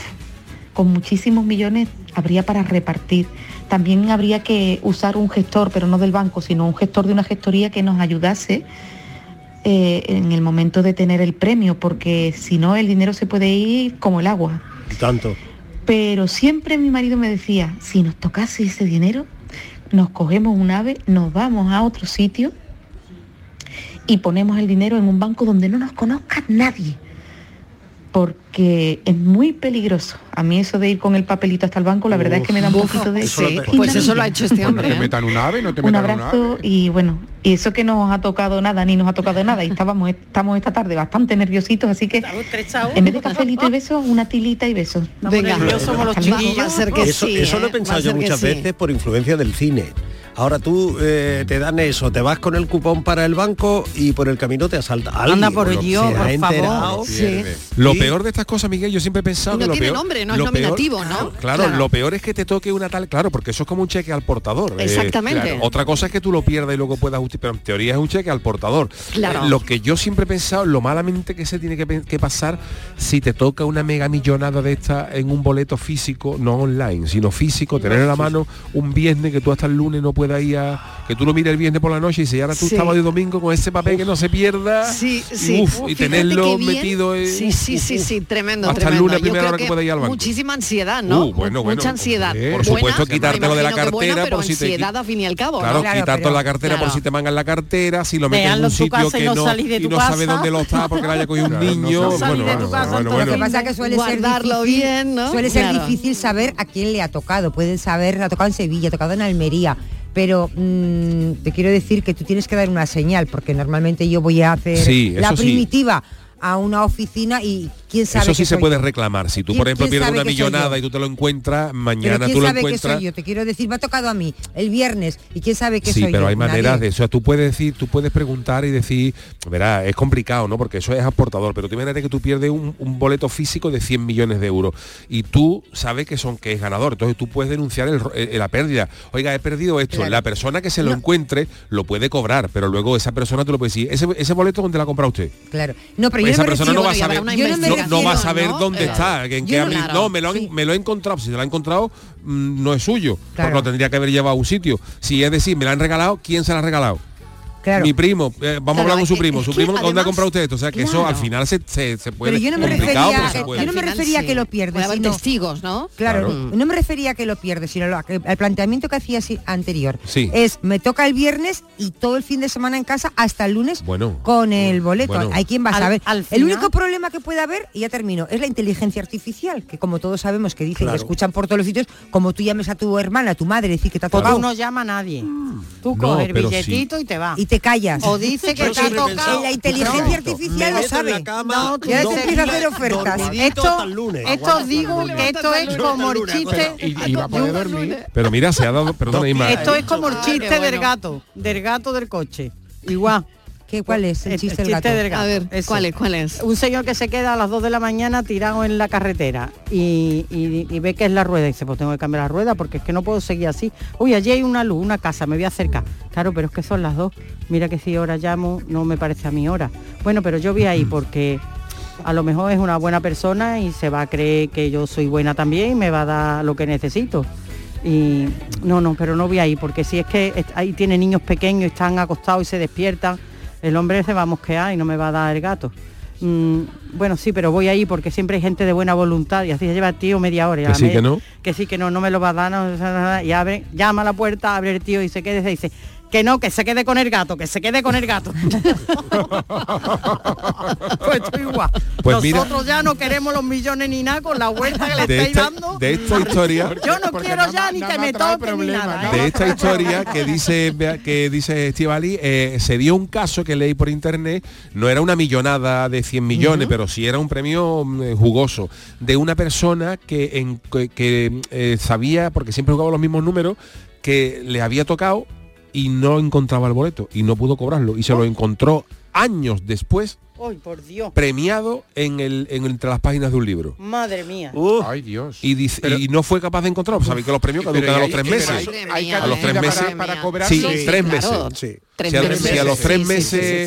Speaker 18: con muchísimos millones habría para repartir. También habría que usar un gestor, pero no del banco, sino un gestor de una gestoría que nos ayudase eh, en el momento de tener el premio, porque si no el dinero se puede ir como el agua.
Speaker 8: Tanto.
Speaker 18: Pero siempre mi marido me decía, si nos tocase ese dinero, nos cogemos un ave, nos vamos a otro sitio y ponemos el dinero en un banco donde no nos conozca nadie. Porque es muy peligroso. A mí eso de ir con el papelito hasta el banco, la verdad es que me da un
Speaker 2: Uf,
Speaker 18: poquito de...
Speaker 2: eso lo- Sí, pues eso lo ha hecho este
Speaker 5: Pues
Speaker 18: hombre,
Speaker 5: No te
Speaker 18: ¿eh?
Speaker 5: metan un ave, no te
Speaker 18: un
Speaker 5: metan un ave.
Speaker 18: abrazo y bueno, y eso que no os ha tocado nada, ni nos ha tocado nada, y estábamos, estamos esta tarde bastante nerviositos, así que en vez de cafelito y besos, una tilita y besos.
Speaker 2: Venga. nerviosos como los chiquillos. Va a ser que
Speaker 18: Eso-
Speaker 2: sí,
Speaker 18: eso
Speaker 2: ¿eh?
Speaker 18: lo he
Speaker 2: Va
Speaker 18: pensado
Speaker 2: a
Speaker 18: yo
Speaker 2: ser que
Speaker 18: muchas
Speaker 2: sí.
Speaker 18: veces.
Speaker 8: Es por influencia del cine. Ahora tú eh, te dan eso, te vas con el cupón para el banco y por el camino te asalta. alguien.
Speaker 7: Anda por
Speaker 8: Lo-
Speaker 7: allí, oh,
Speaker 8: se ha
Speaker 7: por favor.
Speaker 8: enterado.
Speaker 7: Sí. Lo peor de estas cosas, Miguel, yo siempre he pensado
Speaker 2: Y no
Speaker 7: que lo
Speaker 2: tiene
Speaker 7: peor,
Speaker 2: nombre, no es
Speaker 7: lo
Speaker 2: nominativo,
Speaker 7: peor-
Speaker 2: ¿no?
Speaker 7: Claro,
Speaker 2: Claro.
Speaker 7: lo peor es que te toque una tal, claro, porque eso es como un cheque al portador. eh,
Speaker 2: Exactamente.
Speaker 7: claro. Otra cosa es que tú lo pierdas y luego puedas justificar, pero en teoría es un cheque al portador.
Speaker 2: Claro.
Speaker 7: Eh, lo que yo siempre he pensado, lo malamente que se tiene que, pe- que pasar si te toca una mega millonada de esta en un boleto físico, no online, sino físico, tener en la mano un viernes que tú hasta el lunes no puedes pueda ir a... Que tú lo mires el viernes por la noche y dices, y ahora tú
Speaker 2: Sí.
Speaker 7: sábado y domingo con ese papel que no se pierda.
Speaker 2: Sí, sí.
Speaker 7: Uf,
Speaker 2: Fíjate
Speaker 7: y tenerlo
Speaker 2: qué bien.
Speaker 7: metido en-
Speaker 2: Sí, sí,
Speaker 7: uf,
Speaker 2: sí,
Speaker 7: uf.
Speaker 2: sí, tremendo,
Speaker 7: Hasta el
Speaker 2: tremendo.
Speaker 7: lunes a
Speaker 2: Yo
Speaker 7: primera
Speaker 2: creo
Speaker 7: hora que pueda ir al banco.
Speaker 2: Muchísima ansiedad, ¿no?
Speaker 7: Uh, bueno, bueno,
Speaker 2: Mucha ansiedad.
Speaker 7: hombre. Por
Speaker 2: Buena,
Speaker 7: supuesto,
Speaker 2: me
Speaker 7: quitártelo de la
Speaker 2: imagino que buena,
Speaker 7: cartera
Speaker 2: pero
Speaker 7: por si te
Speaker 2: ansiedad al fin y al cabo.
Speaker 7: Claro,
Speaker 2: ¿no?
Speaker 7: quitar toda la cartera por si te mangan la cartera, si lo metes en
Speaker 2: Déjalo
Speaker 7: un
Speaker 2: en tu
Speaker 7: sitio
Speaker 2: casa y
Speaker 7: que
Speaker 2: no
Speaker 7: no,
Speaker 2: salís de
Speaker 7: y
Speaker 2: tu
Speaker 7: no sabe
Speaker 2: casa.
Speaker 7: dónde lo está porque lo haya cogido un niño. bueno, bueno, bueno,
Speaker 9: Lo que
Speaker 7: bueno.
Speaker 9: pasa es que suele ser
Speaker 2: Guardarlo
Speaker 9: difícil,
Speaker 2: bien, ¿no?
Speaker 9: Suele ser
Speaker 2: Claro.
Speaker 9: difícil saber a quién le ha tocado. Pueden saber, ha tocado en Sevilla, ha tocado en Almería. Pero mm, te quiero decir que tú tienes que dar una señal, porque normalmente yo voy a hacer
Speaker 7: Sí,
Speaker 9: la
Speaker 7: eso sí.
Speaker 9: primitiva a una oficina y quién sabe.
Speaker 7: Eso
Speaker 9: que
Speaker 7: sí se
Speaker 9: soy
Speaker 7: puede
Speaker 9: yo.
Speaker 7: reclamar. Si tú,
Speaker 9: ¿Quién-
Speaker 7: por ejemplo,
Speaker 9: quién
Speaker 7: pierdes
Speaker 9: sabe
Speaker 7: una
Speaker 9: que soy yo?
Speaker 7: millonada y tú te lo encuentras,
Speaker 9: Pero
Speaker 7: mañana
Speaker 9: quién
Speaker 7: tú lo
Speaker 9: sabe que
Speaker 7: encuentras.
Speaker 9: soy yo, te quiero decir, me ha tocado a mí el viernes y quién sabe que
Speaker 7: Sí,
Speaker 9: soy yo.
Speaker 7: pero hay
Speaker 9: Nadie.
Speaker 7: maneras de eso. Tú puedes decir, tú puedes preguntar y decir, verá, es complicado, ¿no? Porque eso es aportador, pero tú imagínate que tú pierdes un, un boleto físico de 100 millones de euros y tú sabes que son que es ganador, entonces tú puedes denunciar el ro- eh, la pérdida. Oiga, he perdido esto.
Speaker 9: Claro.
Speaker 7: La persona que se lo encuentre lo puede cobrar, pero luego esa persona tú lo puedes decir, ese, ese boleto dónde la ha comprado usted.
Speaker 9: Claro. No, pero yo
Speaker 7: esa
Speaker 9: no me
Speaker 7: persona
Speaker 9: refiero-
Speaker 7: no va a
Speaker 9: Bueno, y habrá
Speaker 7: saber,
Speaker 9: una
Speaker 7: no- no,
Speaker 9: investigación,
Speaker 7: va a saber
Speaker 9: ¿no?
Speaker 7: dónde
Speaker 9: Eh,
Speaker 7: está, que en
Speaker 9: yo
Speaker 7: qué
Speaker 9: no-
Speaker 7: habli-
Speaker 9: claro,
Speaker 7: no, me lo, han, me lo he encontrado, si se lo ha encontrado, mm, no es suyo,
Speaker 9: Claro.
Speaker 7: porque lo tendría que haber llevado a un sitio. Si es decir, me lo han regalado, ¿quién se lo ha regalado?
Speaker 9: Claro.
Speaker 7: Mi primo, eh, vamos a hablar
Speaker 9: Claro,
Speaker 7: con su
Speaker 9: es-
Speaker 7: primo,
Speaker 9: es
Speaker 7: su
Speaker 9: que
Speaker 7: primo, ¿dónde ha
Speaker 9: además-
Speaker 7: comprado usted esto? O sea, que eso
Speaker 9: claro.
Speaker 7: al final se, se, se puede...
Speaker 9: Pero yo no me
Speaker 7: complicado,
Speaker 9: refería,
Speaker 7: pero se puede.
Speaker 9: yo no me refería a que lo
Speaker 2: Puede
Speaker 9: pierdes,
Speaker 2: haber
Speaker 9: sino
Speaker 2: testigos, ¿no?
Speaker 9: Claro,
Speaker 7: Claro.
Speaker 9: no me refería a que lo pierdes, sino lo- a que- al planteamiento que hacías i- anterior.
Speaker 7: Sí.
Speaker 9: Es, me toca el viernes y todo el fin de semana en casa hasta el lunes
Speaker 7: Bueno. Mm,
Speaker 9: con el boleto.
Speaker 7: Bueno.
Speaker 9: Hay quien va a
Speaker 7: Al-
Speaker 9: saber.
Speaker 7: al
Speaker 9: el
Speaker 7: final-
Speaker 9: único problema que puede haber, y ya termino, es la inteligencia artificial, que como todos sabemos que dicen,
Speaker 6: Claro.
Speaker 9: que escuchan por todos los sitios, como tú llames a tu hermana, a tu madre, decir que te ha
Speaker 6: Porque
Speaker 9: tocado.
Speaker 6: Pues uno llama a nadie. Tú
Speaker 9: No,
Speaker 6: coges el
Speaker 9: pero sí.
Speaker 6: billetito y te vas.
Speaker 9: Y te callas.
Speaker 6: O dice
Speaker 9: Yo
Speaker 6: que te ha
Speaker 9: siempre he
Speaker 6: tocado.
Speaker 9: pensado, La inteligencia
Speaker 6: No.
Speaker 9: artificial lo sabe.
Speaker 6: No, tú
Speaker 9: Ya
Speaker 6: no.
Speaker 9: te empieza a hacer ofertas.
Speaker 6: Dormidito Esto- hasta el lunes. esto Aguanta, digo aguanta, que esto aguanta, es aguanta, como el aguanta, chiste- aguanta,
Speaker 5: Y, y va a poder dormir.
Speaker 7: Pero mira, se ha dado, perdona, Isma,
Speaker 6: Esto es como el
Speaker 9: Madre,
Speaker 6: chiste del
Speaker 9: bueno.
Speaker 6: gato, del gato del coche. Igual.
Speaker 9: ¿Qué, ¿Cuál es el chiste del gato?
Speaker 2: A ver, ¿cuál es, cuál es?
Speaker 6: Un señor que se queda a las 2 de la mañana tirado en la carretera y, y- y ve que es la rueda y dice, pues tengo que cambiar la rueda porque es que no puedo seguir así. Uy, allí hay una luz, una casa, me voy acercar. Claro, pero es que son las 2. Mira que si ahora llamo, no me parece a mi hora. Bueno, pero yo voy ahí porque a lo mejor es una buena persona y se va a creer que yo soy buena también y me va a dar lo que necesito. Y no, no, pero no voy ahí, porque si es que est- ahí tiene niños pequeños, están acostados y se despiertan, el hombre se va a mosquear y no me va a dar el gato. Mm, bueno, sí, pero voy ahí porque siempre hay gente de buena voluntad y así se lleva el tío media hora. y a
Speaker 7: Que
Speaker 6: la
Speaker 7: sí,
Speaker 6: media-
Speaker 7: que no.
Speaker 6: Que sí, que no, no me lo va a dar. no, no, no, no, y abre, llama a la puerta, abre el tío y se quede, se dice, que no, que se quede con el gato, que se quede con el gato. pues estoy igual.
Speaker 7: Pues mira-
Speaker 6: Nosotros ya no queremos los millones ni nada con la vuelta que le
Speaker 7: de
Speaker 6: estáis
Speaker 7: esta,
Speaker 6: dando.
Speaker 7: de esta historia...
Speaker 6: Yo no quiero ya ni que me toquen ni nada. ¿eh?
Speaker 7: de esta historia que dice que dice Estivali, eh, se dio un caso que leí por internet, no era una millonada de 100 millones, pero sí era un premio mm, eh, jugoso, de una persona que, en- que- que, eh, sabía, porque siempre jugaba los mismos números, que le había tocado y no encontraba el boleto y no pudo cobrarlo y se lo encontró años después
Speaker 6: Ay, por Dios.
Speaker 7: premiado en el, en- entre las páginas de un libro.
Speaker 6: Madre mía.
Speaker 7: Ay Dios. Y, dice- y no fue capaz de encontrarlo. Sabéis que los premios
Speaker 5: Pero
Speaker 7: caducan a
Speaker 5: hay-
Speaker 7: los tres
Speaker 5: pero
Speaker 7: meses.
Speaker 5: hay- Madre hay mía,
Speaker 7: a los tres
Speaker 5: caducidad
Speaker 7: meses.
Speaker 5: para- para cobrar.
Speaker 7: Sí,
Speaker 5: Sí,
Speaker 7: tres meses.
Speaker 5: claro.
Speaker 7: Sí.
Speaker 5: Tres
Speaker 7: Si a-
Speaker 5: meses.
Speaker 7: si a los
Speaker 5: Sí,
Speaker 7: tres
Speaker 5: sí, sí,
Speaker 7: meses,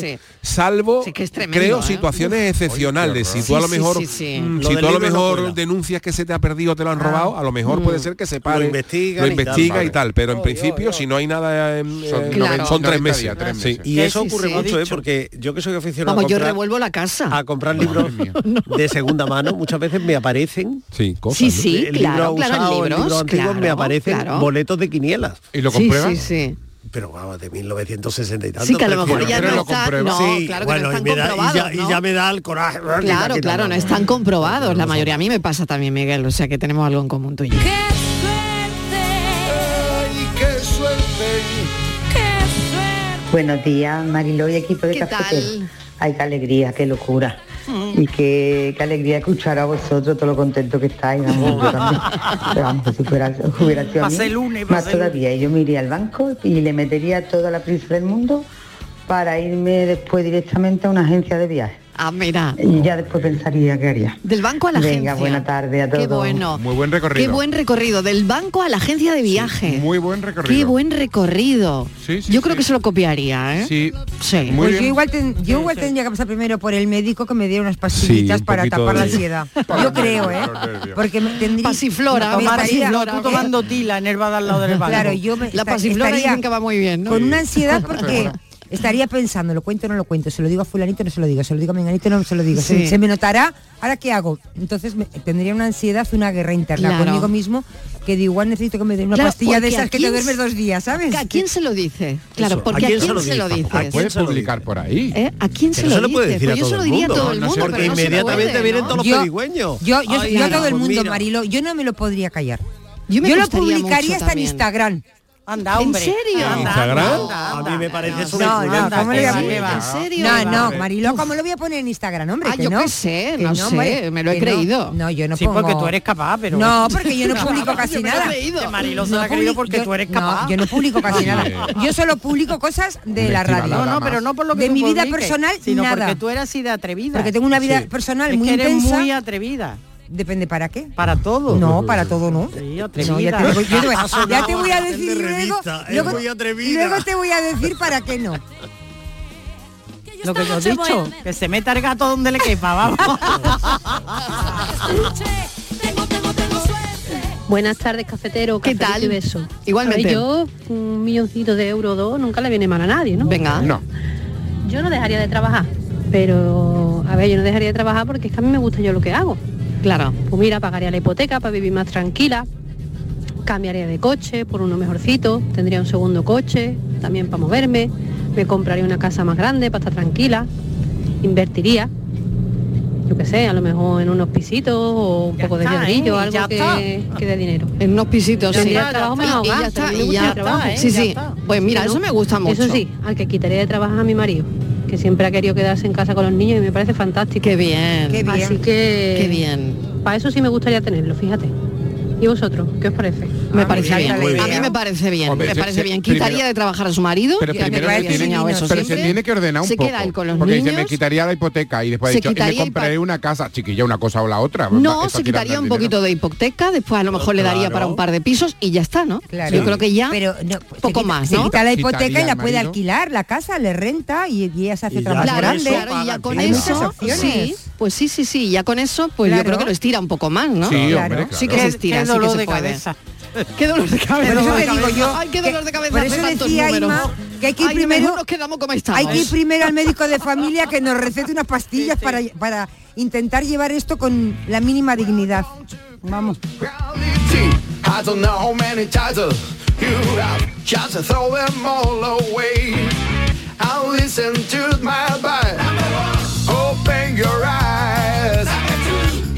Speaker 5: sí, sí,
Speaker 7: salvo,
Speaker 5: Sí, que es tremendo,
Speaker 7: creo,
Speaker 5: ¿eh?
Speaker 7: situaciones
Speaker 5: Uf.
Speaker 7: excepcionales.
Speaker 5: Oye, qué
Speaker 7: si tú a lo
Speaker 5: horror.
Speaker 7: mejor,
Speaker 5: Sí, sí, sí, sí.
Speaker 7: mm,
Speaker 5: Lo
Speaker 7: si
Speaker 5: del
Speaker 7: tú a lo
Speaker 5: libro no
Speaker 7: mejor
Speaker 5: cuela.
Speaker 7: denuncias que se te ha perdido o te lo han robado, a lo mejor
Speaker 5: Mm.
Speaker 7: puede ser que se
Speaker 5: Lo
Speaker 7: pare,
Speaker 5: investigan
Speaker 7: lo
Speaker 5: y tal.
Speaker 7: investiga y tal,
Speaker 5: Vale.
Speaker 7: pero en principio, si no hay nada, eh, eh,
Speaker 5: Son
Speaker 7: son,
Speaker 5: Claro.
Speaker 7: tres
Speaker 5: 90
Speaker 7: meses.
Speaker 5: días, tres
Speaker 7: Sí.
Speaker 5: meses.
Speaker 8: Y eso ocurre
Speaker 2: sí.
Speaker 8: mucho, ¿eh?
Speaker 2: Dicho.
Speaker 8: porque yo que soy aficionado
Speaker 2: Vamos,
Speaker 8: a
Speaker 2: yo
Speaker 8: comprar,
Speaker 2: revuelvo la casa.
Speaker 8: a comprar libros de segunda mano, muchas veces me aparecen
Speaker 7: sí,
Speaker 2: cosas, Sí, ¿no? sí, claro, claro, en
Speaker 8: el libro
Speaker 2: libros,
Speaker 8: antiguo me
Speaker 2: claro,
Speaker 8: aparecen
Speaker 2: claro.
Speaker 8: boletos de quinielas.
Speaker 5: ¿Y lo Sí, comprueban? sí,
Speaker 2: sí.
Speaker 8: Pero vamos, de 1960 y tanto.
Speaker 2: Sí, que a lo mejor ya no
Speaker 8: está
Speaker 2: están, no, claro que no están comprobados,
Speaker 8: y, ya, y
Speaker 2: ¿no?
Speaker 8: ya me da el coraje.
Speaker 2: Claro, claro, no están comprobados. La mayoría a mí me pasa también, Miguel, o sea que tenemos algo en común tú y yo.
Speaker 4: ¡Ay, qué suerte!
Speaker 12: Buenos días, Mariló y equipo de
Speaker 4: ¿Qué
Speaker 12: Café.
Speaker 4: tal?
Speaker 12: Ay, qué alegría, qué locura. Y qué, qué alegría escuchar a vosotros, todo lo contento que estáis. Vamos, yo también. Pero vamos, si fuera, hubiera sido a mí,
Speaker 6: Va a ser lunes, va a
Speaker 12: más
Speaker 6: ser lunes.
Speaker 12: todavía. Yo me iría al banco y le metería toda la prisa del mundo para irme después directamente a una agencia de viajes.
Speaker 2: Ah, mira.
Speaker 12: Y ya después pensaría qué haría.
Speaker 2: Del banco a la
Speaker 12: Venga,
Speaker 2: agencia.
Speaker 12: buena tarde a todos.
Speaker 2: Qué bueno.
Speaker 5: Muy buen recorrido.
Speaker 2: Qué buen recorrido. Del banco a la agencia de viaje.
Speaker 5: Muy buen recorrido.
Speaker 2: Qué buen recorrido.
Speaker 5: Sí, sí,
Speaker 2: Yo creo que se lo copiaría, ¿eh?
Speaker 5: Sí.
Speaker 2: Sí.
Speaker 9: Pues yo igual, ten- yo igual tendría que pasar primero por el médico que me diera unas pastillitas
Speaker 2: un
Speaker 9: para
Speaker 2: poquito
Speaker 9: tapar la
Speaker 2: de-
Speaker 9: ansiedad. Yo creo, ¿eh? Porque me tendría... Pasiflora,
Speaker 6: Tomar pasiflora, tú tomando tila en el bar de al lado del banco.
Speaker 9: Claro, yo me,
Speaker 6: La
Speaker 9: esta-
Speaker 6: pasiflora
Speaker 9: estaría
Speaker 6: dicen que va muy bien, ¿no?
Speaker 9: Con
Speaker 6: Sí.
Speaker 9: una ansiedad porque estaría pensando, lo cuento o no lo cuento, se lo digo a fulanito, no se lo digo, se lo digo a menganito, no se lo digo, se-
Speaker 2: Sí.
Speaker 9: se, me notará, ahora qué hago. Entonces me- tendría una ansiedad, una guerra interna
Speaker 2: Claro.
Speaker 9: conmigo mismo que de igual necesito que me den una
Speaker 2: Claro,
Speaker 9: pastilla de
Speaker 2: porque
Speaker 9: esas
Speaker 2: ¿a
Speaker 9: que te
Speaker 2: quién
Speaker 9: duermes
Speaker 2: se-
Speaker 9: dos días, ¿sabes?
Speaker 2: ¿A quién se lo dice? Claro,
Speaker 9: Eso,
Speaker 2: porque ¿a quién, se lo dice?
Speaker 5: Puedes publicar por ahí.
Speaker 2: ¿Eh? ¿A quién se
Speaker 5: Pero
Speaker 2: lo
Speaker 5: se lo puede
Speaker 2: dices?
Speaker 5: decir a
Speaker 2: Pues yo
Speaker 5: todo
Speaker 2: se lo
Speaker 5: el
Speaker 2: diría
Speaker 5: mundo.
Speaker 2: a todo el
Speaker 5: No, no
Speaker 2: mundo,
Speaker 5: sé por
Speaker 2: pero
Speaker 5: qué
Speaker 2: no se
Speaker 5: inmediatamente
Speaker 2: puede,
Speaker 5: vienen
Speaker 2: ¿no?
Speaker 5: todos los
Speaker 9: Yo- Yo,
Speaker 5: pedigüeños.
Speaker 9: yo,
Speaker 5: Ay,
Speaker 9: yo a
Speaker 5: claro,
Speaker 9: todo el
Speaker 5: pues
Speaker 9: mundo,
Speaker 5: mira.
Speaker 9: Marilo, yo no me lo podría callar.
Speaker 2: Yo,
Speaker 9: lo
Speaker 2: costaría mucho
Speaker 9: publicaría hasta en
Speaker 2: también.
Speaker 9: Instagram.
Speaker 6: Anda,
Speaker 9: ¿En
Speaker 6: hombre.
Speaker 9: serio?
Speaker 6: Anda,
Speaker 9: ¿Instagram?
Speaker 6: anda, anda.
Speaker 8: A mí me parece eso
Speaker 9: No, no,
Speaker 8: una
Speaker 9: ¿cómo le voy a
Speaker 8: cosa
Speaker 9: poner?
Speaker 8: loca.
Speaker 9: No, no, Marilo, ¿cómo lo voy a poner en Instagram, hombre?
Speaker 2: Ah,
Speaker 9: que
Speaker 2: yo
Speaker 9: no.
Speaker 2: qué sé,
Speaker 9: Que
Speaker 2: no sé,
Speaker 9: hombre,
Speaker 2: me lo he
Speaker 9: que no.
Speaker 2: creído.
Speaker 9: No, yo no
Speaker 6: Sí,
Speaker 9: pongo...
Speaker 6: porque tú eres capaz, pero...
Speaker 9: No, porque yo no publico
Speaker 6: Yo
Speaker 9: casi
Speaker 6: me lo he
Speaker 9: nada.
Speaker 6: creído. Que Mariló se lo ha
Speaker 9: publi-
Speaker 6: creído porque
Speaker 9: yo-
Speaker 6: tú eres
Speaker 9: no,
Speaker 6: capaz.
Speaker 9: yo no publico casi
Speaker 6: Oye.
Speaker 9: nada. Yo solo publico cosas de
Speaker 6: Un
Speaker 9: la
Speaker 6: festival
Speaker 9: radio.
Speaker 6: nada No, no, más. pero no por lo que
Speaker 9: De
Speaker 6: tú
Speaker 9: mi vida
Speaker 6: publiques,
Speaker 9: personal,
Speaker 6: sino
Speaker 9: nada.
Speaker 6: porque tú eres así de atrevida.
Speaker 9: Porque tengo una vida
Speaker 6: Sí.
Speaker 9: personal
Speaker 6: Es
Speaker 9: muy
Speaker 6: que eres
Speaker 9: intensa.
Speaker 6: muy atrevida.
Speaker 9: Depende para qué.
Speaker 6: Para todo.
Speaker 9: No, para todo no.
Speaker 6: atrevida.
Speaker 9: No, ya, te, voy- yo te voy-
Speaker 6: Ha sonado
Speaker 9: ya te voy a
Speaker 6: bastante
Speaker 9: decir luego,
Speaker 6: revista, es
Speaker 9: luego,
Speaker 6: muy atrevida.
Speaker 9: luego te voy a decir para qué no.
Speaker 6: Lo que yo he dicho, que se meta el gato donde le quepa, vamos.
Speaker 13: Buenas tardes, cafetero.
Speaker 2: ¿Qué
Speaker 13: cafetito
Speaker 2: tal?
Speaker 13: Y beso.
Speaker 2: Igualmente.
Speaker 13: A ver, yo, un milloncito de euro o dos nunca le viene mal a nadie, ¿no?
Speaker 2: Venga. No.
Speaker 13: Yo no dejaría de trabajar, pero, a ver, yo no dejaría de trabajar porque es que a mí me gusta yo lo que hago.
Speaker 2: Claro.
Speaker 13: Pues mira, pagaría la hipoteca para vivir más tranquila, cambiaría de coche por uno mejorcito, tendría un segundo coche también para moverme, me compraría una casa más grande para estar tranquila, invertiría, yo qué sé, a lo mejor en unos pisitos o un poco de
Speaker 2: está,
Speaker 13: ladrillo,
Speaker 2: ¿eh? Ya
Speaker 13: algo que,
Speaker 2: está.
Speaker 13: que dé dinero.
Speaker 2: En unos pisitos,
Speaker 13: Ya
Speaker 2: sí.
Speaker 13: está, trabajo me
Speaker 2: Y- y
Speaker 13: ahoga,
Speaker 2: ya
Speaker 13: a
Speaker 2: está,
Speaker 13: mí me
Speaker 2: y
Speaker 13: gusta
Speaker 2: ya
Speaker 13: el trabajo, ¿eh?
Speaker 2: Sí,
Speaker 13: Ya
Speaker 2: sí.
Speaker 13: está.
Speaker 2: Pues mira,
Speaker 13: Pero
Speaker 2: eso me gusta mucho.
Speaker 13: Eso sí, al que quitaría de trabajar a mi marido, que siempre ha querido quedarse en casa con los niños y me parece fantástico.
Speaker 2: Qué bien. Qué bien.
Speaker 13: Así que...
Speaker 2: Qué bien.
Speaker 13: Para eso sí me gustaría tenerlo, fíjate. ¿Y vosotros? ¿Qué os parece?
Speaker 2: Me parece Ah, bien. A mí me parece bien.
Speaker 5: Hombre,
Speaker 2: me
Speaker 5: se-
Speaker 2: parece
Speaker 5: se-
Speaker 2: bien. Quitaría
Speaker 5: primero-
Speaker 2: de trabajar a su marido.
Speaker 5: Pero
Speaker 2: que a mí
Speaker 5: primero
Speaker 2: me
Speaker 5: se
Speaker 2: había
Speaker 5: tiene,
Speaker 2: enseñado eso
Speaker 5: pero se
Speaker 2: siempre.
Speaker 5: tiene que ordenar un
Speaker 2: Se
Speaker 5: poco.
Speaker 2: queda él con los
Speaker 5: porque
Speaker 2: niños.
Speaker 5: dice, me quitaría la hipoteca y después
Speaker 2: Se
Speaker 5: ha dicho, y me
Speaker 2: quitaría
Speaker 5: compraré una casa, chiquilla, una cosa o la otra.
Speaker 2: No,
Speaker 5: Eso
Speaker 2: se
Speaker 5: tira
Speaker 2: quitaría
Speaker 5: el
Speaker 2: un
Speaker 5: dinero.
Speaker 2: poquito de hipoteca, después a lo mejor le daría
Speaker 5: Claro.
Speaker 2: para un par de pisos y ya está, ¿no?
Speaker 9: Claro.
Speaker 2: Yo creo que ya
Speaker 9: Pero
Speaker 2: poco más,
Speaker 9: Se
Speaker 2: ¿no?
Speaker 9: quita la hipoteca y la puede alquilar, la casa le renta y, y ella se hace otra más
Speaker 2: Claro,
Speaker 9: grande.
Speaker 2: claro, y ya con
Speaker 9: Hay muchas
Speaker 2: eso,
Speaker 9: opciones.
Speaker 2: sí, pues sí, sí, sí, ya con eso, pues yo
Speaker 9: Claro.
Speaker 2: creo que lo estira un poco más, ¿no?
Speaker 9: Sí, hombre, Claro.
Speaker 2: Sí que
Speaker 9: claro.
Speaker 2: se
Speaker 9: Qué-
Speaker 2: estira,
Speaker 9: qué
Speaker 2: sí que
Speaker 9: dolor
Speaker 2: se
Speaker 9: de
Speaker 2: puede.
Speaker 9: cabeza.
Speaker 2: Qué dolor de cabeza.
Speaker 9: Por eso te digo yo
Speaker 2: Ay, qué
Speaker 9: que-
Speaker 2: dolor de cabeza.
Speaker 9: por eso
Speaker 2: hace tantos
Speaker 9: decía
Speaker 2: números.
Speaker 9: Inma que hay que ir
Speaker 2: Ay,
Speaker 9: primero-
Speaker 2: mejor nos quedamos como estamos.
Speaker 9: Hay que ir primero al médico de familia que nos recete unas pastillas Para, para intentar llevar esto con la mínima dignidad. Vamos.
Speaker 4: I don't know how many titles you have, just throw them all away. I'll listen to my body. Open your eyes.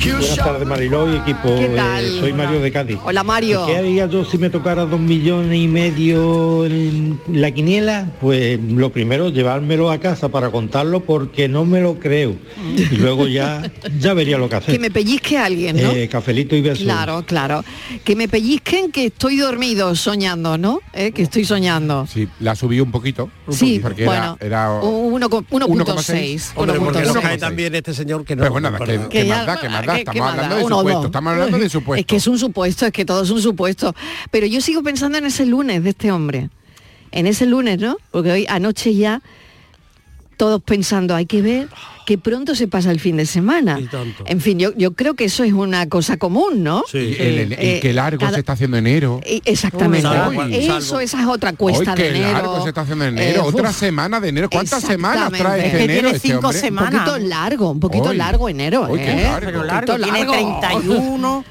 Speaker 4: You
Speaker 14: Buenas tardes Mariló y equipo.
Speaker 2: ¿Qué
Speaker 14: Eh,
Speaker 2: tal?
Speaker 14: soy Mario de Cádiz.
Speaker 2: Hola, Mario.
Speaker 14: ¿Qué haría yo si me tocara dos millones y medio en la quiniela? Pues lo primero, llevármelo a casa para contarlo porque no me lo creo. Y luego ya, ya vería lo que hacer.
Speaker 2: Mm. Que me pellizque a alguien, ¿no?
Speaker 14: Eh, cafelito y besos.
Speaker 2: Claro, claro. Que me pellizquen que estoy dormido soñando, ¿no? Eh, Que estoy soñando.
Speaker 5: Sí, la subí un poquito. un
Speaker 2: Sí,
Speaker 5: poquito, porque
Speaker 2: bueno,
Speaker 5: era, era
Speaker 2: un- uno con- 1,6.
Speaker 5: 1,6.
Speaker 8: Hombre, porque no cae
Speaker 5: 1,6.
Speaker 8: también este señor que no.
Speaker 5: Pero bueno, nada, que, que
Speaker 2: ya-
Speaker 5: más da, que más
Speaker 2: ¿qué-
Speaker 5: da.
Speaker 2: qué
Speaker 5: Estamos
Speaker 2: más da?
Speaker 5: hablando de
Speaker 2: Uno o
Speaker 5: supuesto.
Speaker 2: dos.
Speaker 5: Estamos hablando de
Speaker 2: Es
Speaker 5: supuesto.
Speaker 2: que es un supuesto, es que todo es un supuesto. Pero yo sigo pensando en ese lunes de este hombre. En ese lunes, ¿no? Porque hoy anoche ya todos pensando, hay que ver que pronto se pasa el fin de semana. En fin, yo, yo creo que eso es una cosa común, ¿no?
Speaker 5: Y el- el-
Speaker 2: Eh,
Speaker 5: y qué largo
Speaker 2: cada-
Speaker 5: se está haciendo enero.
Speaker 2: Y- Exactamente.
Speaker 5: Uy, Uy,
Speaker 2: Eso, esa es otra cuesta
Speaker 5: Hoy, qué
Speaker 2: de enero.
Speaker 5: largo se está haciendo enero.
Speaker 2: Eh,
Speaker 5: Otra
Speaker 2: uf.
Speaker 5: semana de enero. ¿Cuántas semanas trae
Speaker 2: Exactamente.
Speaker 5: este enero este hombre?
Speaker 2: Un poquito largo, un poquito
Speaker 5: Hoy.
Speaker 2: largo enero,
Speaker 5: Hoy, qué
Speaker 2: ¿eh?
Speaker 5: largo.
Speaker 2: Un
Speaker 5: Pero
Speaker 2: poquito
Speaker 6: largo, tiene 31.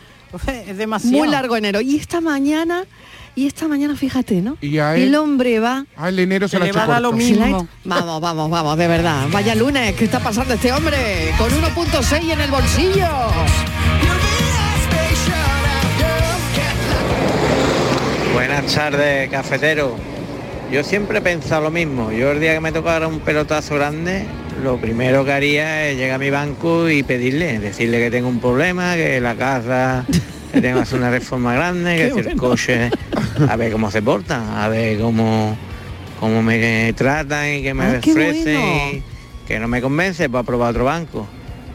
Speaker 6: es demasiado.
Speaker 2: Muy largo enero. Y esta mañana, y esta mañana, fíjate, ¿no?
Speaker 5: Y a él-
Speaker 2: El hombre va.
Speaker 5: Al enero se,
Speaker 2: Se
Speaker 5: la
Speaker 2: le va a dar lo mismo. Vamos, vamos, vamos, de verdad. Vaya lunes, ¿qué está pasando este hombre? Con 1.6 en el bolsillo.
Speaker 15: Buenas tardes, cafetero. Yo siempre he pensado lo mismo. Yo el día que me tocara un pelotazo grande, lo primero que haría es llegar a mi banco y pedirle, decirle que tengo un problema, que la casa, que tengo que hacer una reforma grande, que
Speaker 16: Qué
Speaker 15: si el coche, a ver cómo se portan, a ver cómo, cómo me tratan y que me
Speaker 16: Ah, qué
Speaker 15: ofrecen.
Speaker 16: bueno.
Speaker 15: y que no me convence, pues a probar otro banco.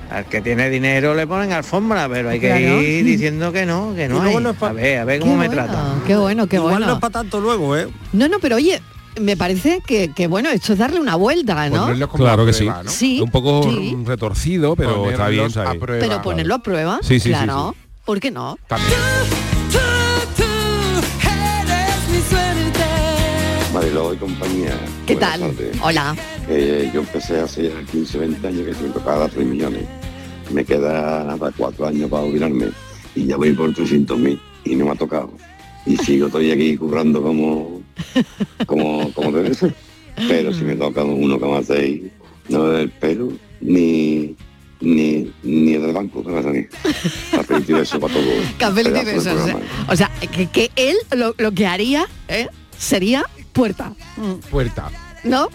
Speaker 15: Al que tiene dinero le ponen alfombra, pero hay que
Speaker 2: Claro.
Speaker 15: ir diciendo que no, que no
Speaker 2: Y luego
Speaker 15: hay.
Speaker 2: no es pa-
Speaker 15: A ver, a ver cómo me trata.
Speaker 2: Ah, qué bueno, qué bueno.
Speaker 8: tanto luego, ¿eh?
Speaker 2: No, no, pero oye, me parece que, que bueno, esto es darle una vuelta, ¿no?
Speaker 7: claro que sí.
Speaker 2: Sí,
Speaker 7: Un poco
Speaker 2: sí.
Speaker 7: mm, retorcido, pero está bien, está bien.
Speaker 2: Pero ponerlo a prueba,
Speaker 7: Sí, sí, sí,
Speaker 2: claro. ¿Por qué no?
Speaker 16: Mariló y compañía.
Speaker 2: ¿Qué
Speaker 16: buenas
Speaker 2: tal?
Speaker 16: tardes.
Speaker 2: Hola.
Speaker 16: Eh, yo empecé hace 15, 20 años que se me tocaba 3 millones. Me queda nada, 4 años para jubilarme. Y ya voy por 300 mil y no me ha tocado. Y sigo todavía aquí currando como, como, como debe ser. Pero si me toca 1,6, no es el pelo ni, ni, ni el del banco que va a salir. Papel y beso para todos.
Speaker 2: Capel
Speaker 16: Pedazo de
Speaker 2: tiene eso, o sea,
Speaker 16: programa.
Speaker 2: ¿eh?
Speaker 5: ¿eh?
Speaker 2: O sea, que, que él lo, lo que haría ¿eh? sería puerta, Mm.
Speaker 5: Puerta.
Speaker 2: ¿no?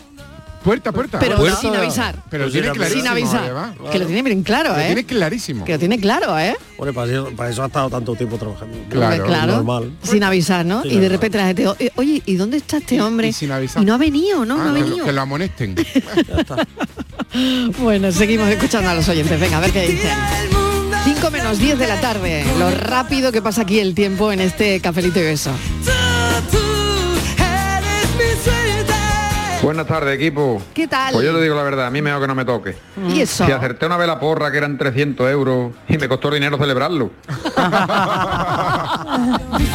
Speaker 5: Puerta, puerta.
Speaker 2: Pero
Speaker 5: Puerta.
Speaker 2: sin avisar.
Speaker 5: Pero
Speaker 2: Pues
Speaker 5: tiene
Speaker 2: sin
Speaker 5: clarísimo,
Speaker 2: avisar.
Speaker 5: además.
Speaker 2: Que lo tiene bien claro,
Speaker 5: Lo
Speaker 2: ¿eh?
Speaker 5: tiene clarísimo.
Speaker 2: Que lo tiene claro, ¿eh?
Speaker 8: Bueno, para eso, para eso ha estado tanto tiempo trabajando.
Speaker 2: Hombre, claro.
Speaker 8: Normal.
Speaker 2: Sin avisar, ¿no?
Speaker 8: Sin
Speaker 2: y de
Speaker 8: avisar.
Speaker 2: repente la gente, "O- eh, oye, ¿y dónde está este hombre? Y, no ha venido, ¿no?
Speaker 5: Ah,
Speaker 2: no ha
Speaker 5: que lo-
Speaker 2: venido.
Speaker 5: que lo amonesten.
Speaker 2: Bueno, seguimos escuchando a los oyentes. Venga, a ver qué dicen. 5 menos 10 de la tarde. Lo rápido que pasa aquí el tiempo en este cafelito y beso.
Speaker 17: Buenas tardes, equipo.
Speaker 2: ¿Qué tal?
Speaker 17: Pues yo te digo la verdad, a mí mejor que no me toque.
Speaker 2: Y eso.
Speaker 17: Si acerté una vez la porra que eran 300 euros y me costó dinero celebrarlo.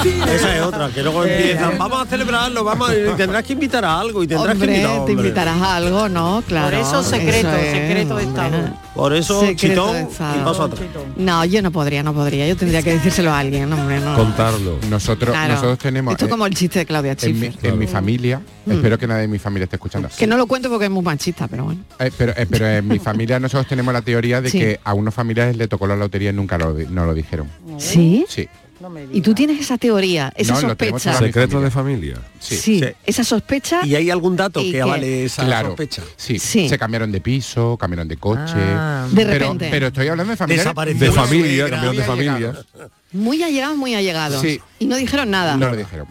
Speaker 8: Esa es otra, que luego empiezan, vamos a celebrarlo, vamos, a- y tendrás que invitar a algo y tendrás
Speaker 2: Hombre,
Speaker 8: que invitar.
Speaker 2: te
Speaker 8: hombre.
Speaker 2: invitarás a algo, ¿no? Claro.
Speaker 8: eso secreto, secreto
Speaker 2: de Estado.
Speaker 8: Por eso, chitón, y paso atrás.
Speaker 2: No, yo no podría, no podría. Yo tendría que decírselo a alguien, hombre, no.
Speaker 7: Contarlo.
Speaker 5: Ah. Nosotros,
Speaker 2: Claro.
Speaker 5: nosotros tenemos.
Speaker 2: Esto
Speaker 5: eh,
Speaker 2: como el chiste de Claudia
Speaker 5: en, mi,
Speaker 2: Schiffer.
Speaker 5: en mi familia,
Speaker 2: Mm.
Speaker 5: espero que nadie de mi familia esté escuchando.
Speaker 2: Que no lo cuento porque es muy machista, pero bueno.
Speaker 5: Eh, pero, eh, pero en mi familia nosotros tenemos la teoría de
Speaker 2: Sí.
Speaker 5: que a unos familiares le tocó la lotería y nunca lo, di- no lo dijeron.
Speaker 2: ¿Sí?
Speaker 5: Sí.
Speaker 2: Y tú tienes esa teoría, esa
Speaker 5: No, lo tenemos
Speaker 2: sospecha.
Speaker 5: toda mi
Speaker 2: Sí,
Speaker 7: Secretos de familia.
Speaker 2: esa sospecha.
Speaker 5: ¿Y hay algún dato
Speaker 2: y que avale esa
Speaker 5: sospecha? Sí. se cambiaron de piso, cambiaron de coche.
Speaker 2: Ah. De
Speaker 5: Pero-
Speaker 2: repente.
Speaker 5: Pero, estoy hablando de familia.
Speaker 7: Desapareció De la familia, suegra. cambiaron de familia.
Speaker 2: Muy allegados, muy allegados.
Speaker 5: Sí.
Speaker 2: Y no dijeron nada.
Speaker 5: No lo dijeron.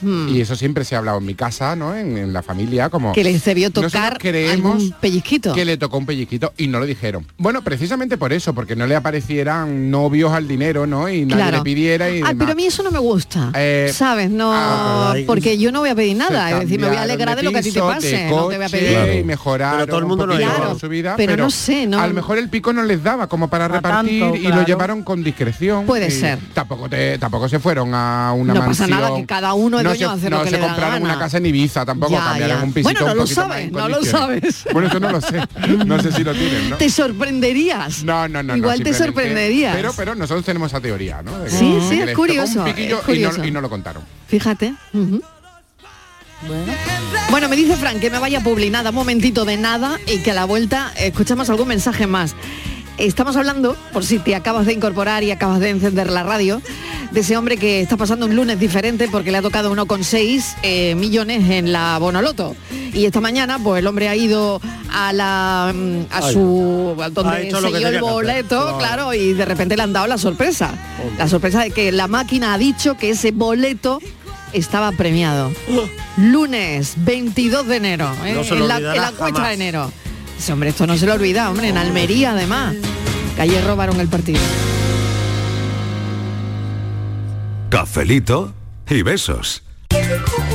Speaker 2: Hmm.
Speaker 5: Y eso siempre se ha hablado en mi casa, ¿no? En, en la familia, como...
Speaker 2: Que les debió
Speaker 5: Nosotros
Speaker 2: tocar
Speaker 5: creemos
Speaker 2: algún pellizquito.
Speaker 5: que le tocó un pellizquito y no lo dijeron. Bueno, precisamente por eso, porque no le aparecieran novios al dinero, ¿no? Y nadie
Speaker 2: Claro.
Speaker 5: le pidiera y
Speaker 2: Ah,
Speaker 5: demás.
Speaker 2: pero a mí eso no me gusta.
Speaker 5: Eh,
Speaker 2: ¿Sabes? No,
Speaker 5: ah,
Speaker 2: porque yo no voy a pedir nada.
Speaker 5: se
Speaker 2: Es decir, me voy a
Speaker 5: cambiaron
Speaker 2: alegrar de, lo que a ti te
Speaker 5: piso,
Speaker 2: pase.
Speaker 5: de
Speaker 2: no te voy a
Speaker 5: coche,
Speaker 2: pedir.
Speaker 5: y mejorar
Speaker 8: Pero todo el mundo lo llevaba.
Speaker 5: su vida,
Speaker 2: pero no sé, no-
Speaker 5: A lo mejor el pico no les daba como para repartir
Speaker 2: tanto,
Speaker 5: y
Speaker 2: claro.
Speaker 5: lo llevaron con discreción.
Speaker 2: Puede
Speaker 5: y
Speaker 2: ser.
Speaker 5: Tampoco te, tampoco se fueron a una
Speaker 2: No pasa
Speaker 5: mansión.
Speaker 2: nada, que cada uno es
Speaker 5: no
Speaker 2: dueño
Speaker 5: se,
Speaker 2: de hacer
Speaker 5: no
Speaker 2: lo que
Speaker 5: se
Speaker 2: le da la
Speaker 5: compraron
Speaker 2: gana.
Speaker 5: una casa en Ibiza, tampoco
Speaker 2: Ya,
Speaker 5: cambiaron
Speaker 2: ya.
Speaker 5: un pisito
Speaker 2: Bueno, no
Speaker 5: un
Speaker 2: lo
Speaker 5: poquito más
Speaker 2: sabes,
Speaker 5: en
Speaker 2: no lo
Speaker 5: condiciones.
Speaker 2: sabes.
Speaker 5: Bueno, eso no lo sé. No sé si lo tienen, ¿no?
Speaker 2: Te sorprenderías.
Speaker 5: No, no, no, no,
Speaker 2: Igual te
Speaker 5: simplemente-
Speaker 2: sorprenderías.
Speaker 5: Pero, pero nosotros tenemos esa teoría, ¿no? De que-
Speaker 2: Sí, sí,
Speaker 5: que
Speaker 2: es
Speaker 5: les tocó un
Speaker 2: curioso, es
Speaker 5: piquillo y no-
Speaker 2: curioso.
Speaker 5: y no lo contaron.
Speaker 2: Fíjate. ujú. Bueno, me dice Frank que me vaya a publi, nada, un momentito de nada y que a la vuelta escuchamos algún mensaje más. Estamos hablando, por si te acabas de incorporar y acabas de encender la radio, de ese hombre que está pasando un lunes diferente porque le ha tocado 1,6 eh, millones en la Bonoloto. Y esta mañana, pues el hombre ha ido a la mm, a
Speaker 25: Ay.
Speaker 2: su a
Speaker 25: Ha
Speaker 2: donde
Speaker 25: hecho
Speaker 2: se
Speaker 25: lo que
Speaker 2: dio el
Speaker 25: tenía que hacer.
Speaker 2: boleto,
Speaker 25: Claro.
Speaker 2: claro, y de repente le han dado la sorpresa. La sorpresa de que la máquina ha dicho que ese boleto estaba premiado. Lunes 22 de enero, ¿eh?
Speaker 25: No se lo
Speaker 2: en, la,
Speaker 25: olvidará
Speaker 2: en la cuesta
Speaker 25: jamás.
Speaker 2: de enero. Ese hombre, esto no se lo olvida, hombre, en Almería además. Que ayer robaron el partido.
Speaker 1: Cafelito y besos.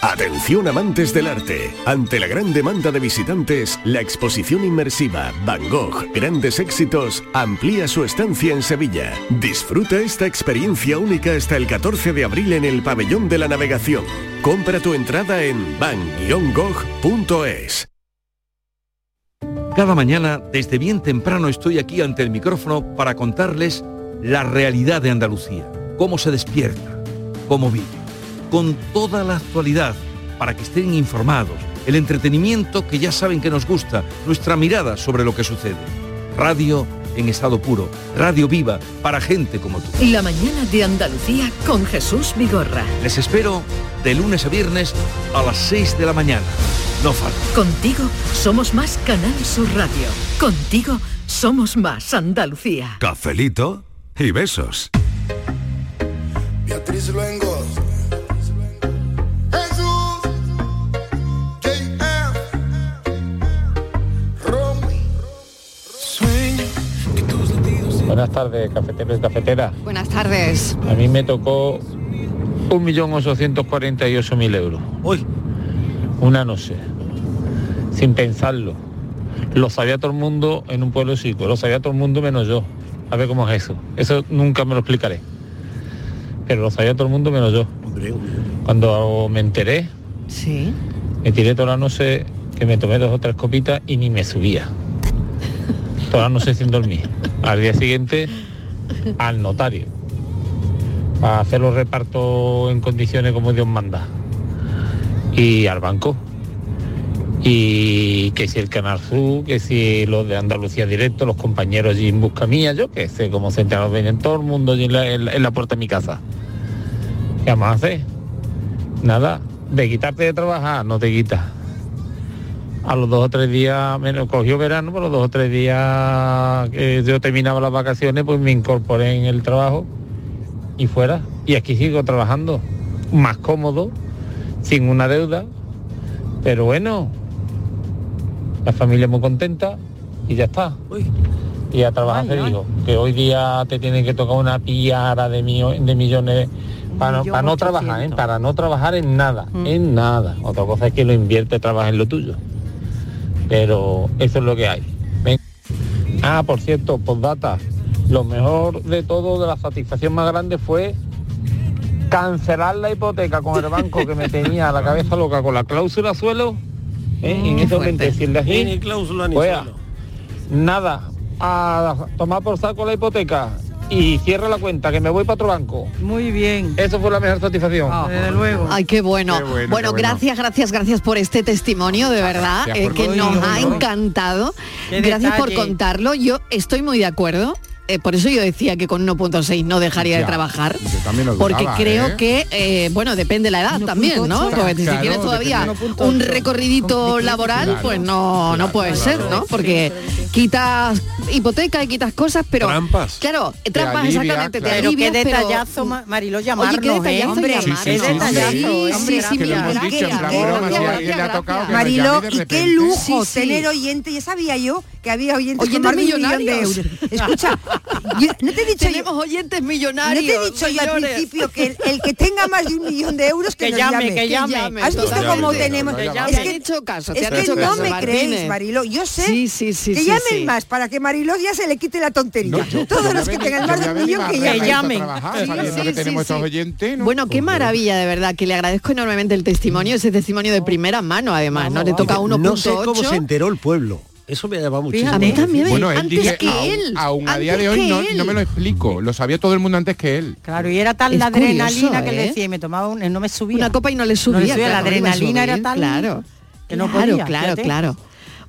Speaker 3: Atención amantes del arte. Ante la gran demanda de visitantes, la exposición inmersiva Van Gogh, grandes éxitos, amplía su estancia en Sevilla. Disfruta esta experiencia única hasta el 14 de abril en el Pabellón de la Navegación. Compra tu entrada en van-gogh.es.
Speaker 25: Cada mañana, desde bien temprano, estoy aquí ante el micrófono para contarles la realidad de Andalucía, cómo se despierta, cómo vive, con toda la actualidad, para que estén informados, el entretenimiento que ya saben que nos gusta, nuestra mirada sobre lo que sucede. Radio en estado puro, radio viva, para gente como tú.
Speaker 20: La mañana de Andalucía con Jesús Vigorra.
Speaker 25: Les espero de lunes a viernes a las 6 de la mañana. No falta.
Speaker 20: Contigo somos más Canal Sur Radio. Contigo somos más Andalucía.
Speaker 1: Cafelito y besos.
Speaker 4: Beatriz Luengo. Jesús. JM. Romy. Sueño.
Speaker 26: Buenas tardes, cafeteros y cafeteras.
Speaker 2: Buenas tardes.
Speaker 26: A mí me tocó 1.848.000 euros. Hoy. Una noche. Sin pensarlo. Lo sabía todo el mundo en un pueblo chico. Lo sabía todo el mundo menos yo. A ver cómo es eso. Eso nunca me lo explicaré. Pero lo sabía todo el mundo menos yo. Cuando me enteré,
Speaker 2: Sí.
Speaker 26: me tiré toda la noche que me tomé dos o tres copitas y ni me subía. Toda la noche sin dormir. Al día siguiente, al notario. A hacer los repartos en condiciones como Dios manda. Y al banco. Y que si el Canal Sur, que si los de Andalucía Directo, los compañeros allí en busca mía, yo que sé cómo se enteraron en todo el mundo allí en la, en la- en la puerta de mi casa. ¿Qué más hacer? Nada, de quitarte de trabajar, no te quita. A los dos o tres días, menos cogió verano, pero los dos o tres días que yo terminaba las vacaciones, pues me incorporé en el trabajo y fuera. Y aquí sigo trabajando, más cómodo, sin una deuda. Pero bueno, la familia muy contenta y ya está. Y a trabajar te digo, que hoy día te tienen que tocar una piara de, millo- de millones para, no- para no trabajar, ¿eh? para no trabajar en nada, en nada. Otra cosa es que lo invierte, trabaja en lo tuyo. Pero eso es lo que hay. Ven. Ah, por cierto, postdata, lo mejor de todo, de la satisfacción más grande fue cancelar la hipoteca con el banco que me tenía la cabeza loca con la cláusula suelo. ¿eh? y en eso me decirle así,
Speaker 8: Ni cláusula ni
Speaker 26: pues,
Speaker 8: suelo.
Speaker 26: Nada, a tomar por saco la hipoteca y cierra la cuenta, que me voy para otro banco. Muy bien. Ah, Eso fue la mejor satisfacción.
Speaker 2: Ay, qué bueno. bueno,
Speaker 26: Qué bueno, qué bueno.
Speaker 2: gracias, gracias, gracias por este testimonio, de verdad,
Speaker 26: Gracias
Speaker 2: eh,
Speaker 26: por
Speaker 2: que
Speaker 26: todo.
Speaker 2: nos
Speaker 26: Uy,
Speaker 2: ha
Speaker 26: uy, uy.
Speaker 2: encantado.
Speaker 26: Qué
Speaker 2: Gracias por
Speaker 26: detalle.
Speaker 2: contarlo. Yo estoy muy de acuerdo. eh, por eso yo decía que con 1.6 no dejaría de
Speaker 5: Ya.
Speaker 2: trabajar.
Speaker 5: Yo también lo
Speaker 2: Porque
Speaker 5: dudaba,
Speaker 2: creo
Speaker 5: ¿eh?
Speaker 2: que, eh, bueno, depende la edad también, ¿no?
Speaker 5: 1.8.
Speaker 2: Porque si
Speaker 5: Claro,
Speaker 2: tienes todavía
Speaker 5: depende de
Speaker 2: un
Speaker 5: 1.8.
Speaker 2: recorridito laboral,
Speaker 5: Claro,
Speaker 2: pues no, no puede ser, ¿no? Porque quitas hipoteca y quitas cosas, pero...
Speaker 7: Trampas.
Speaker 2: Claro, trampas
Speaker 7: alivia,
Speaker 2: exactamente, te
Speaker 6: Pero qué
Speaker 2: alivias, pero-
Speaker 6: detallazo, Ma- Marilo, llamarnos,
Speaker 2: qué detallazo
Speaker 6: ¿eh?
Speaker 2: Hombre,
Speaker 6: Hombre,
Speaker 2: llamar.
Speaker 6: qué detallazo, ¿eh? Hombre,
Speaker 5: Que lo hemos
Speaker 6: gracias.
Speaker 5: dicho en plan
Speaker 6: Gracias,
Speaker 5: broma, si a
Speaker 6: gracias,
Speaker 5: alguien le ha
Speaker 6: gracias.
Speaker 5: tocado que nos
Speaker 9: Marilo,
Speaker 5: llame de
Speaker 9: y qué
Speaker 5: repente.
Speaker 9: lujo
Speaker 5: sí.
Speaker 9: tener oyentes. Ya sabía yo que había oyentes, con
Speaker 2: Oyentes
Speaker 9: más de un millón de
Speaker 2: millonarios.
Speaker 9: euros. Escucha, yo- no te he dicho
Speaker 2: Tenemos oyentes millonarios.
Speaker 9: No te he dicho yo al
Speaker 2: señores.
Speaker 9: principio que el, el que tenga más de un millón de euros que,
Speaker 2: Que
Speaker 9: nos
Speaker 2: llame,
Speaker 9: llame.
Speaker 2: que llame,
Speaker 9: ¿Has visto
Speaker 2: totalmente.
Speaker 9: cómo
Speaker 2: Que
Speaker 9: tenemos?
Speaker 2: llame.
Speaker 9: Es
Speaker 2: Te han
Speaker 9: que,
Speaker 2: hecho caso, te
Speaker 9: es
Speaker 2: han
Speaker 9: que
Speaker 2: hecho
Speaker 9: no
Speaker 2: caso,
Speaker 9: me
Speaker 2: Martínez.
Speaker 9: creéis, Marilo. Yo sé
Speaker 2: Sí, sí, sí,
Speaker 9: que
Speaker 2: sí,
Speaker 9: llamen
Speaker 2: sí.
Speaker 9: más para que Marilo ya se le quite la tontería.
Speaker 5: Yo
Speaker 9: Todos
Speaker 5: voy a
Speaker 9: los que
Speaker 5: venir-
Speaker 9: tengan
Speaker 5: yo
Speaker 9: más
Speaker 5: voy
Speaker 9: de
Speaker 5: a
Speaker 9: un
Speaker 5: venir
Speaker 9: millón
Speaker 5: más
Speaker 9: que
Speaker 5: relajadito a
Speaker 9: llamen.
Speaker 5: trabajar,
Speaker 2: Sí,
Speaker 5: sabiendo
Speaker 2: sí,
Speaker 5: que
Speaker 2: sí,
Speaker 5: tenemos
Speaker 2: sí.
Speaker 5: estos oyentes, ¿no?
Speaker 2: Bueno, qué maravilla, de verdad, que le agradezco enormemente el testimonio, ese testimonio de primera mano, además, ¿no? Le toca a
Speaker 8: Dice,
Speaker 2: 1.8.
Speaker 8: No sé cómo se enteró el pueblo. Eso me ha llamado muchísimo.
Speaker 2: A mí también, me-
Speaker 5: Bueno, él
Speaker 2: antes
Speaker 5: dice,
Speaker 2: que
Speaker 5: aún-
Speaker 2: él.
Speaker 5: aún a
Speaker 2: antes
Speaker 5: día de
Speaker 2: que
Speaker 5: hoy no,
Speaker 2: él.
Speaker 5: no me lo explico, lo sabía todo el mundo antes que él.
Speaker 6: Claro, y era tal
Speaker 2: Es
Speaker 6: la adrenalina
Speaker 2: curioso,
Speaker 6: que le
Speaker 2: ¿eh?
Speaker 6: decía, y me tomaba un, no me subía.
Speaker 2: Una copa y no le
Speaker 6: No
Speaker 2: subía.
Speaker 6: le subía, la
Speaker 2: claro, no iba a
Speaker 6: adrenalina era
Speaker 2: subir,
Speaker 6: tal
Speaker 2: Claro,
Speaker 6: que no
Speaker 2: claro,
Speaker 6: podía,
Speaker 2: claro,
Speaker 6: fíjate.
Speaker 2: claro.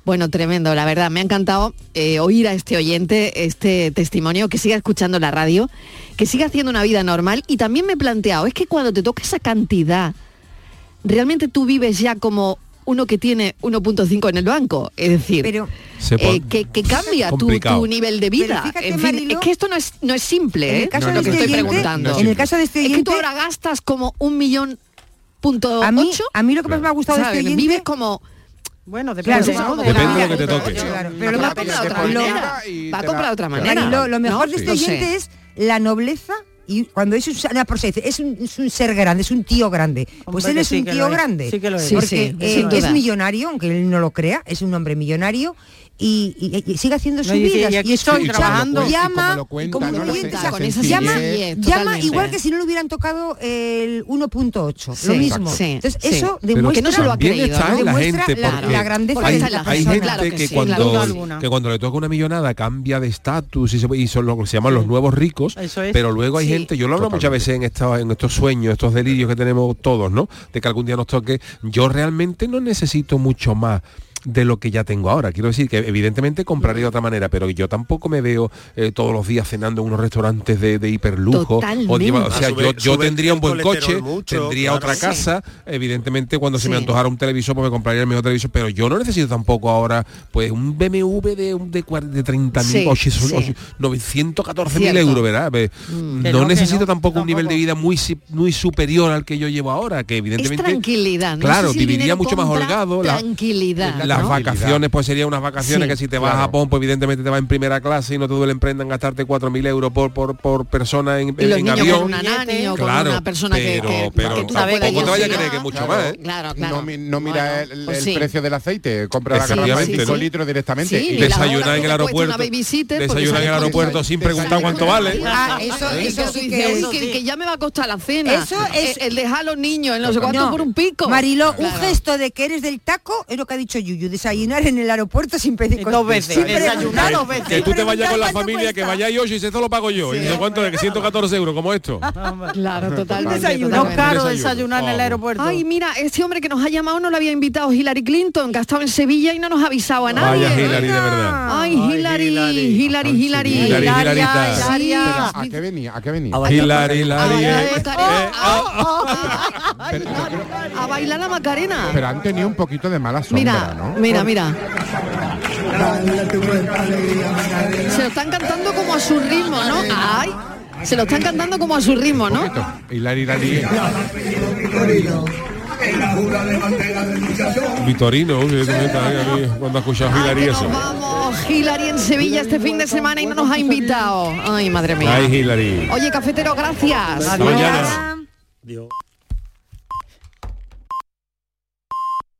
Speaker 2: Bueno, tremendo, la verdad, me ha encantado eh, oír a este oyente este testimonio, que siga escuchando la radio, que siga haciendo una vida normal y también me he planteado, es que cuando te toca esa cantidad, realmente tú vives ya como uno que tiene 1.5 en el banco, es decir,
Speaker 7: Se
Speaker 2: eh,
Speaker 7: pon-
Speaker 2: que, que cambia tu,
Speaker 7: Complicado.
Speaker 2: tu nivel de vida.
Speaker 9: Pero fíjate,
Speaker 2: En fin, es que esto no es, no es
Speaker 9: En
Speaker 2: simple,
Speaker 9: el
Speaker 2: ¿eh?
Speaker 9: caso de
Speaker 2: lo que
Speaker 9: este
Speaker 2: estoy
Speaker 9: oyente-
Speaker 2: preguntando.
Speaker 9: en el caso de este
Speaker 2: Es que
Speaker 9: oyente-
Speaker 2: tú ahora gastas como un millón punto
Speaker 9: A mí-
Speaker 2: ocho.
Speaker 9: a mí lo que más me ha gustado de este
Speaker 2: ¿Sabes?
Speaker 9: oyente-
Speaker 2: Vives como...
Speaker 6: Bueno,
Speaker 9: depende, Claro, ¿no?
Speaker 7: Depende de lo que te toque.
Speaker 9: Claro,
Speaker 2: Pero va a comprar otra manera. Va a comprar otra manera.
Speaker 9: Marilo, lo mejor
Speaker 2: ¿no?
Speaker 9: de este
Speaker 2: No sé.
Speaker 9: oyente es la nobleza Y cuando es Susana Porcel, dice, es un, es un ser grande, es un tío grande. Pues
Speaker 6: Hombre,
Speaker 9: él
Speaker 6: que
Speaker 9: es
Speaker 6: sí
Speaker 9: un
Speaker 6: que
Speaker 9: tío
Speaker 6: lo es,
Speaker 9: grande.
Speaker 6: sí que lo es.
Speaker 9: Porque
Speaker 6: Sí, sí,
Speaker 9: eh,
Speaker 6: sin duda.
Speaker 9: es millonario, aunque él no lo crea, es un hombre millonario. Y, y- y sigue haciendo
Speaker 6: No,
Speaker 9: su
Speaker 6: y dice,
Speaker 9: vida
Speaker 6: y aquí estoy trabajando. Y como
Speaker 9: llama
Speaker 6: lo cuenta,
Speaker 9: y como
Speaker 6: no
Speaker 9: lo
Speaker 6: lo
Speaker 9: cuenta,
Speaker 6: sé, con
Speaker 9: o sea,
Speaker 6: esa
Speaker 9: llama,
Speaker 6: sencillez,
Speaker 9: llama
Speaker 6: totalmente.
Speaker 9: igual que si no le hubieran tocado el 1.8
Speaker 2: Sí,
Speaker 9: lo mismo
Speaker 2: sí,
Speaker 9: entonces
Speaker 2: sí.
Speaker 9: eso
Speaker 2: Pero
Speaker 9: demuestra
Speaker 2: que no se lo ha
Speaker 7: Bien
Speaker 2: creído,
Speaker 7: está
Speaker 2: ¿no?
Speaker 7: en la
Speaker 2: Demuestra
Speaker 7: gente,
Speaker 2: la-
Speaker 7: porque
Speaker 2: la grandeza
Speaker 7: hay,
Speaker 2: de la
Speaker 7: hay
Speaker 2: persona.
Speaker 7: gente
Speaker 2: Claro que
Speaker 7: que,
Speaker 2: sí, sin duda
Speaker 7: cuando,
Speaker 2: alguna.
Speaker 7: que cuando le toca una millonada cambia de estatus y, se- y son lo que se llaman los nuevos ricos,
Speaker 25: Eso es.
Speaker 7: pero luego hay
Speaker 25: Sí.
Speaker 7: gente, yo lo hablo muchas veces en, esta- en estos sueños, estos delirios que tenemos todos, ¿no? De que algún día nos toque, yo realmente no necesito mucho más de lo que ya tengo ahora. Quiero decir que evidentemente compraré de otra manera, pero yo tampoco me veo eh, todos los días cenando en unos restaurantes de, de hiperlujo. O,
Speaker 25: Totalmente.
Speaker 7: lleva- o sea,
Speaker 25: Ah, sube-
Speaker 7: yo, yo
Speaker 25: sube
Speaker 7: tendría un
Speaker 25: el
Speaker 7: buen coche,
Speaker 25: colesterol mucho,
Speaker 7: tendría
Speaker 25: claro.
Speaker 7: otra
Speaker 25: Sí.
Speaker 7: casa, evidentemente cuando se me antojara un televisor pues me compraría el mejor televisor pero yo no necesito tampoco ahora pues un BMW de un de, cuar- de 30
Speaker 25: Sí, sí.
Speaker 7: 914 mil
Speaker 25: Cierto.
Speaker 7: euros verdad Ve,
Speaker 2: Que
Speaker 7: Mm. no
Speaker 2: no, que
Speaker 7: necesito
Speaker 2: no,
Speaker 7: tampoco un nivel de vida muy si- muy superior al que yo llevo ahora que
Speaker 2: Es
Speaker 7: evidentemente
Speaker 2: tranquilidad, ¿no?
Speaker 7: claro
Speaker 2: sé si el
Speaker 7: viviría
Speaker 2: dinero
Speaker 7: mucho más
Speaker 2: compra
Speaker 7: holgado la-
Speaker 2: Tranquilidad.
Speaker 7: las
Speaker 2: ¿no?
Speaker 7: vacaciones, pues serían unas vacaciones
Speaker 2: Sí.
Speaker 7: que si te vas a Japón, pues evidentemente te vas en primera clase y no te duele emprender en gastarte 4.000 euros por, por, por persona en,
Speaker 2: Y los
Speaker 7: en
Speaker 2: niños
Speaker 7: avión.
Speaker 2: con una nani o con
Speaker 7: Claro,
Speaker 2: una persona que-
Speaker 7: pero,
Speaker 2: que,
Speaker 7: pero
Speaker 2: que tú
Speaker 7: tampoco
Speaker 2: puedas
Speaker 7: te vayas a
Speaker 2: llevar.
Speaker 7: creer que mucho
Speaker 5: Claro,
Speaker 7: más, ¿eh?
Speaker 2: Claro, claro.
Speaker 5: No, mi- no mira el, el
Speaker 2: pues sí.
Speaker 5: precio del aceite, compra la garrafa de
Speaker 7: Efectivamente.
Speaker 5: 5 litros directamente.
Speaker 7: Sí,
Speaker 5: Y-
Speaker 7: y la Pues Desayunar hora en que el te cuesta una aeropuerto.
Speaker 2: babysitter, pues porque
Speaker 7: Desayunar en el
Speaker 2: sale
Speaker 7: aeropuerto sin preguntar cuánto vale.
Speaker 9: Ah, eso-
Speaker 2: Y
Speaker 9: eso
Speaker 2: que tú
Speaker 9: sí
Speaker 2: dices,
Speaker 9: que
Speaker 2: "Uy,
Speaker 9: es-
Speaker 2: que, que ya me va a costar la cena.
Speaker 9: Eso
Speaker 2: es el, dejar a los niños en no sé cuánto
Speaker 9: No.
Speaker 2: por un pico.
Speaker 9: Mariló,
Speaker 2: Claro.
Speaker 9: un gesto de que eres del taco es lo que ha dicho Yuyu, desayunar en el aeropuerto sin pedir
Speaker 6: Dos veces,
Speaker 9: sin preguntar.
Speaker 6: desayunar dos veces.
Speaker 7: Que tú te vayas con la familia, que vayáis hoy y dices, esto lo pago yo. Y dice, ¿cuánto es? Que 114 euros, como esto.
Speaker 2: Claro,
Speaker 7: totalmente,
Speaker 6: No
Speaker 7: totalmente.
Speaker 6: caro
Speaker 7: Desayuno.
Speaker 6: desayunar en el
Speaker 7: Oh.
Speaker 6: aeropuerto.
Speaker 2: Ay, mira, este hombre que nos ha llamado no lo había invitado Hillary Clinton, que ha estado en Sevilla y no nos ha avisado a nadie.
Speaker 7: Vaya Hillary, de verdad.
Speaker 2: Ay, Hillary, Hillary, Hillary.
Speaker 7: Hillary, Hilarita.
Speaker 5: Espera, ¿A qué venía? ¿A qué venía?
Speaker 7: Hilary, Hilary,
Speaker 2: ah,
Speaker 7: eh.
Speaker 2: A bailar la Macarena.
Speaker 5: Pero han tenido un poquito de mala sombra,
Speaker 2: Mira,
Speaker 5: ¿no?
Speaker 2: mira, mira. Se lo están cantando como a su ritmo, ¿no? Ay, se lo están cantando como a su ritmo, ¿no?
Speaker 5: Hilary, Hilary.
Speaker 7: Vitorino, uy, cuando ha escuchado a Hilary eso.
Speaker 2: Oh, Hillary en Sevilla este fin de semana y no nos ha invitado. Ay, madre mía.
Speaker 7: Ay, Hilary.
Speaker 2: Oye, cafetero, gracias.
Speaker 7: Hasta mañana.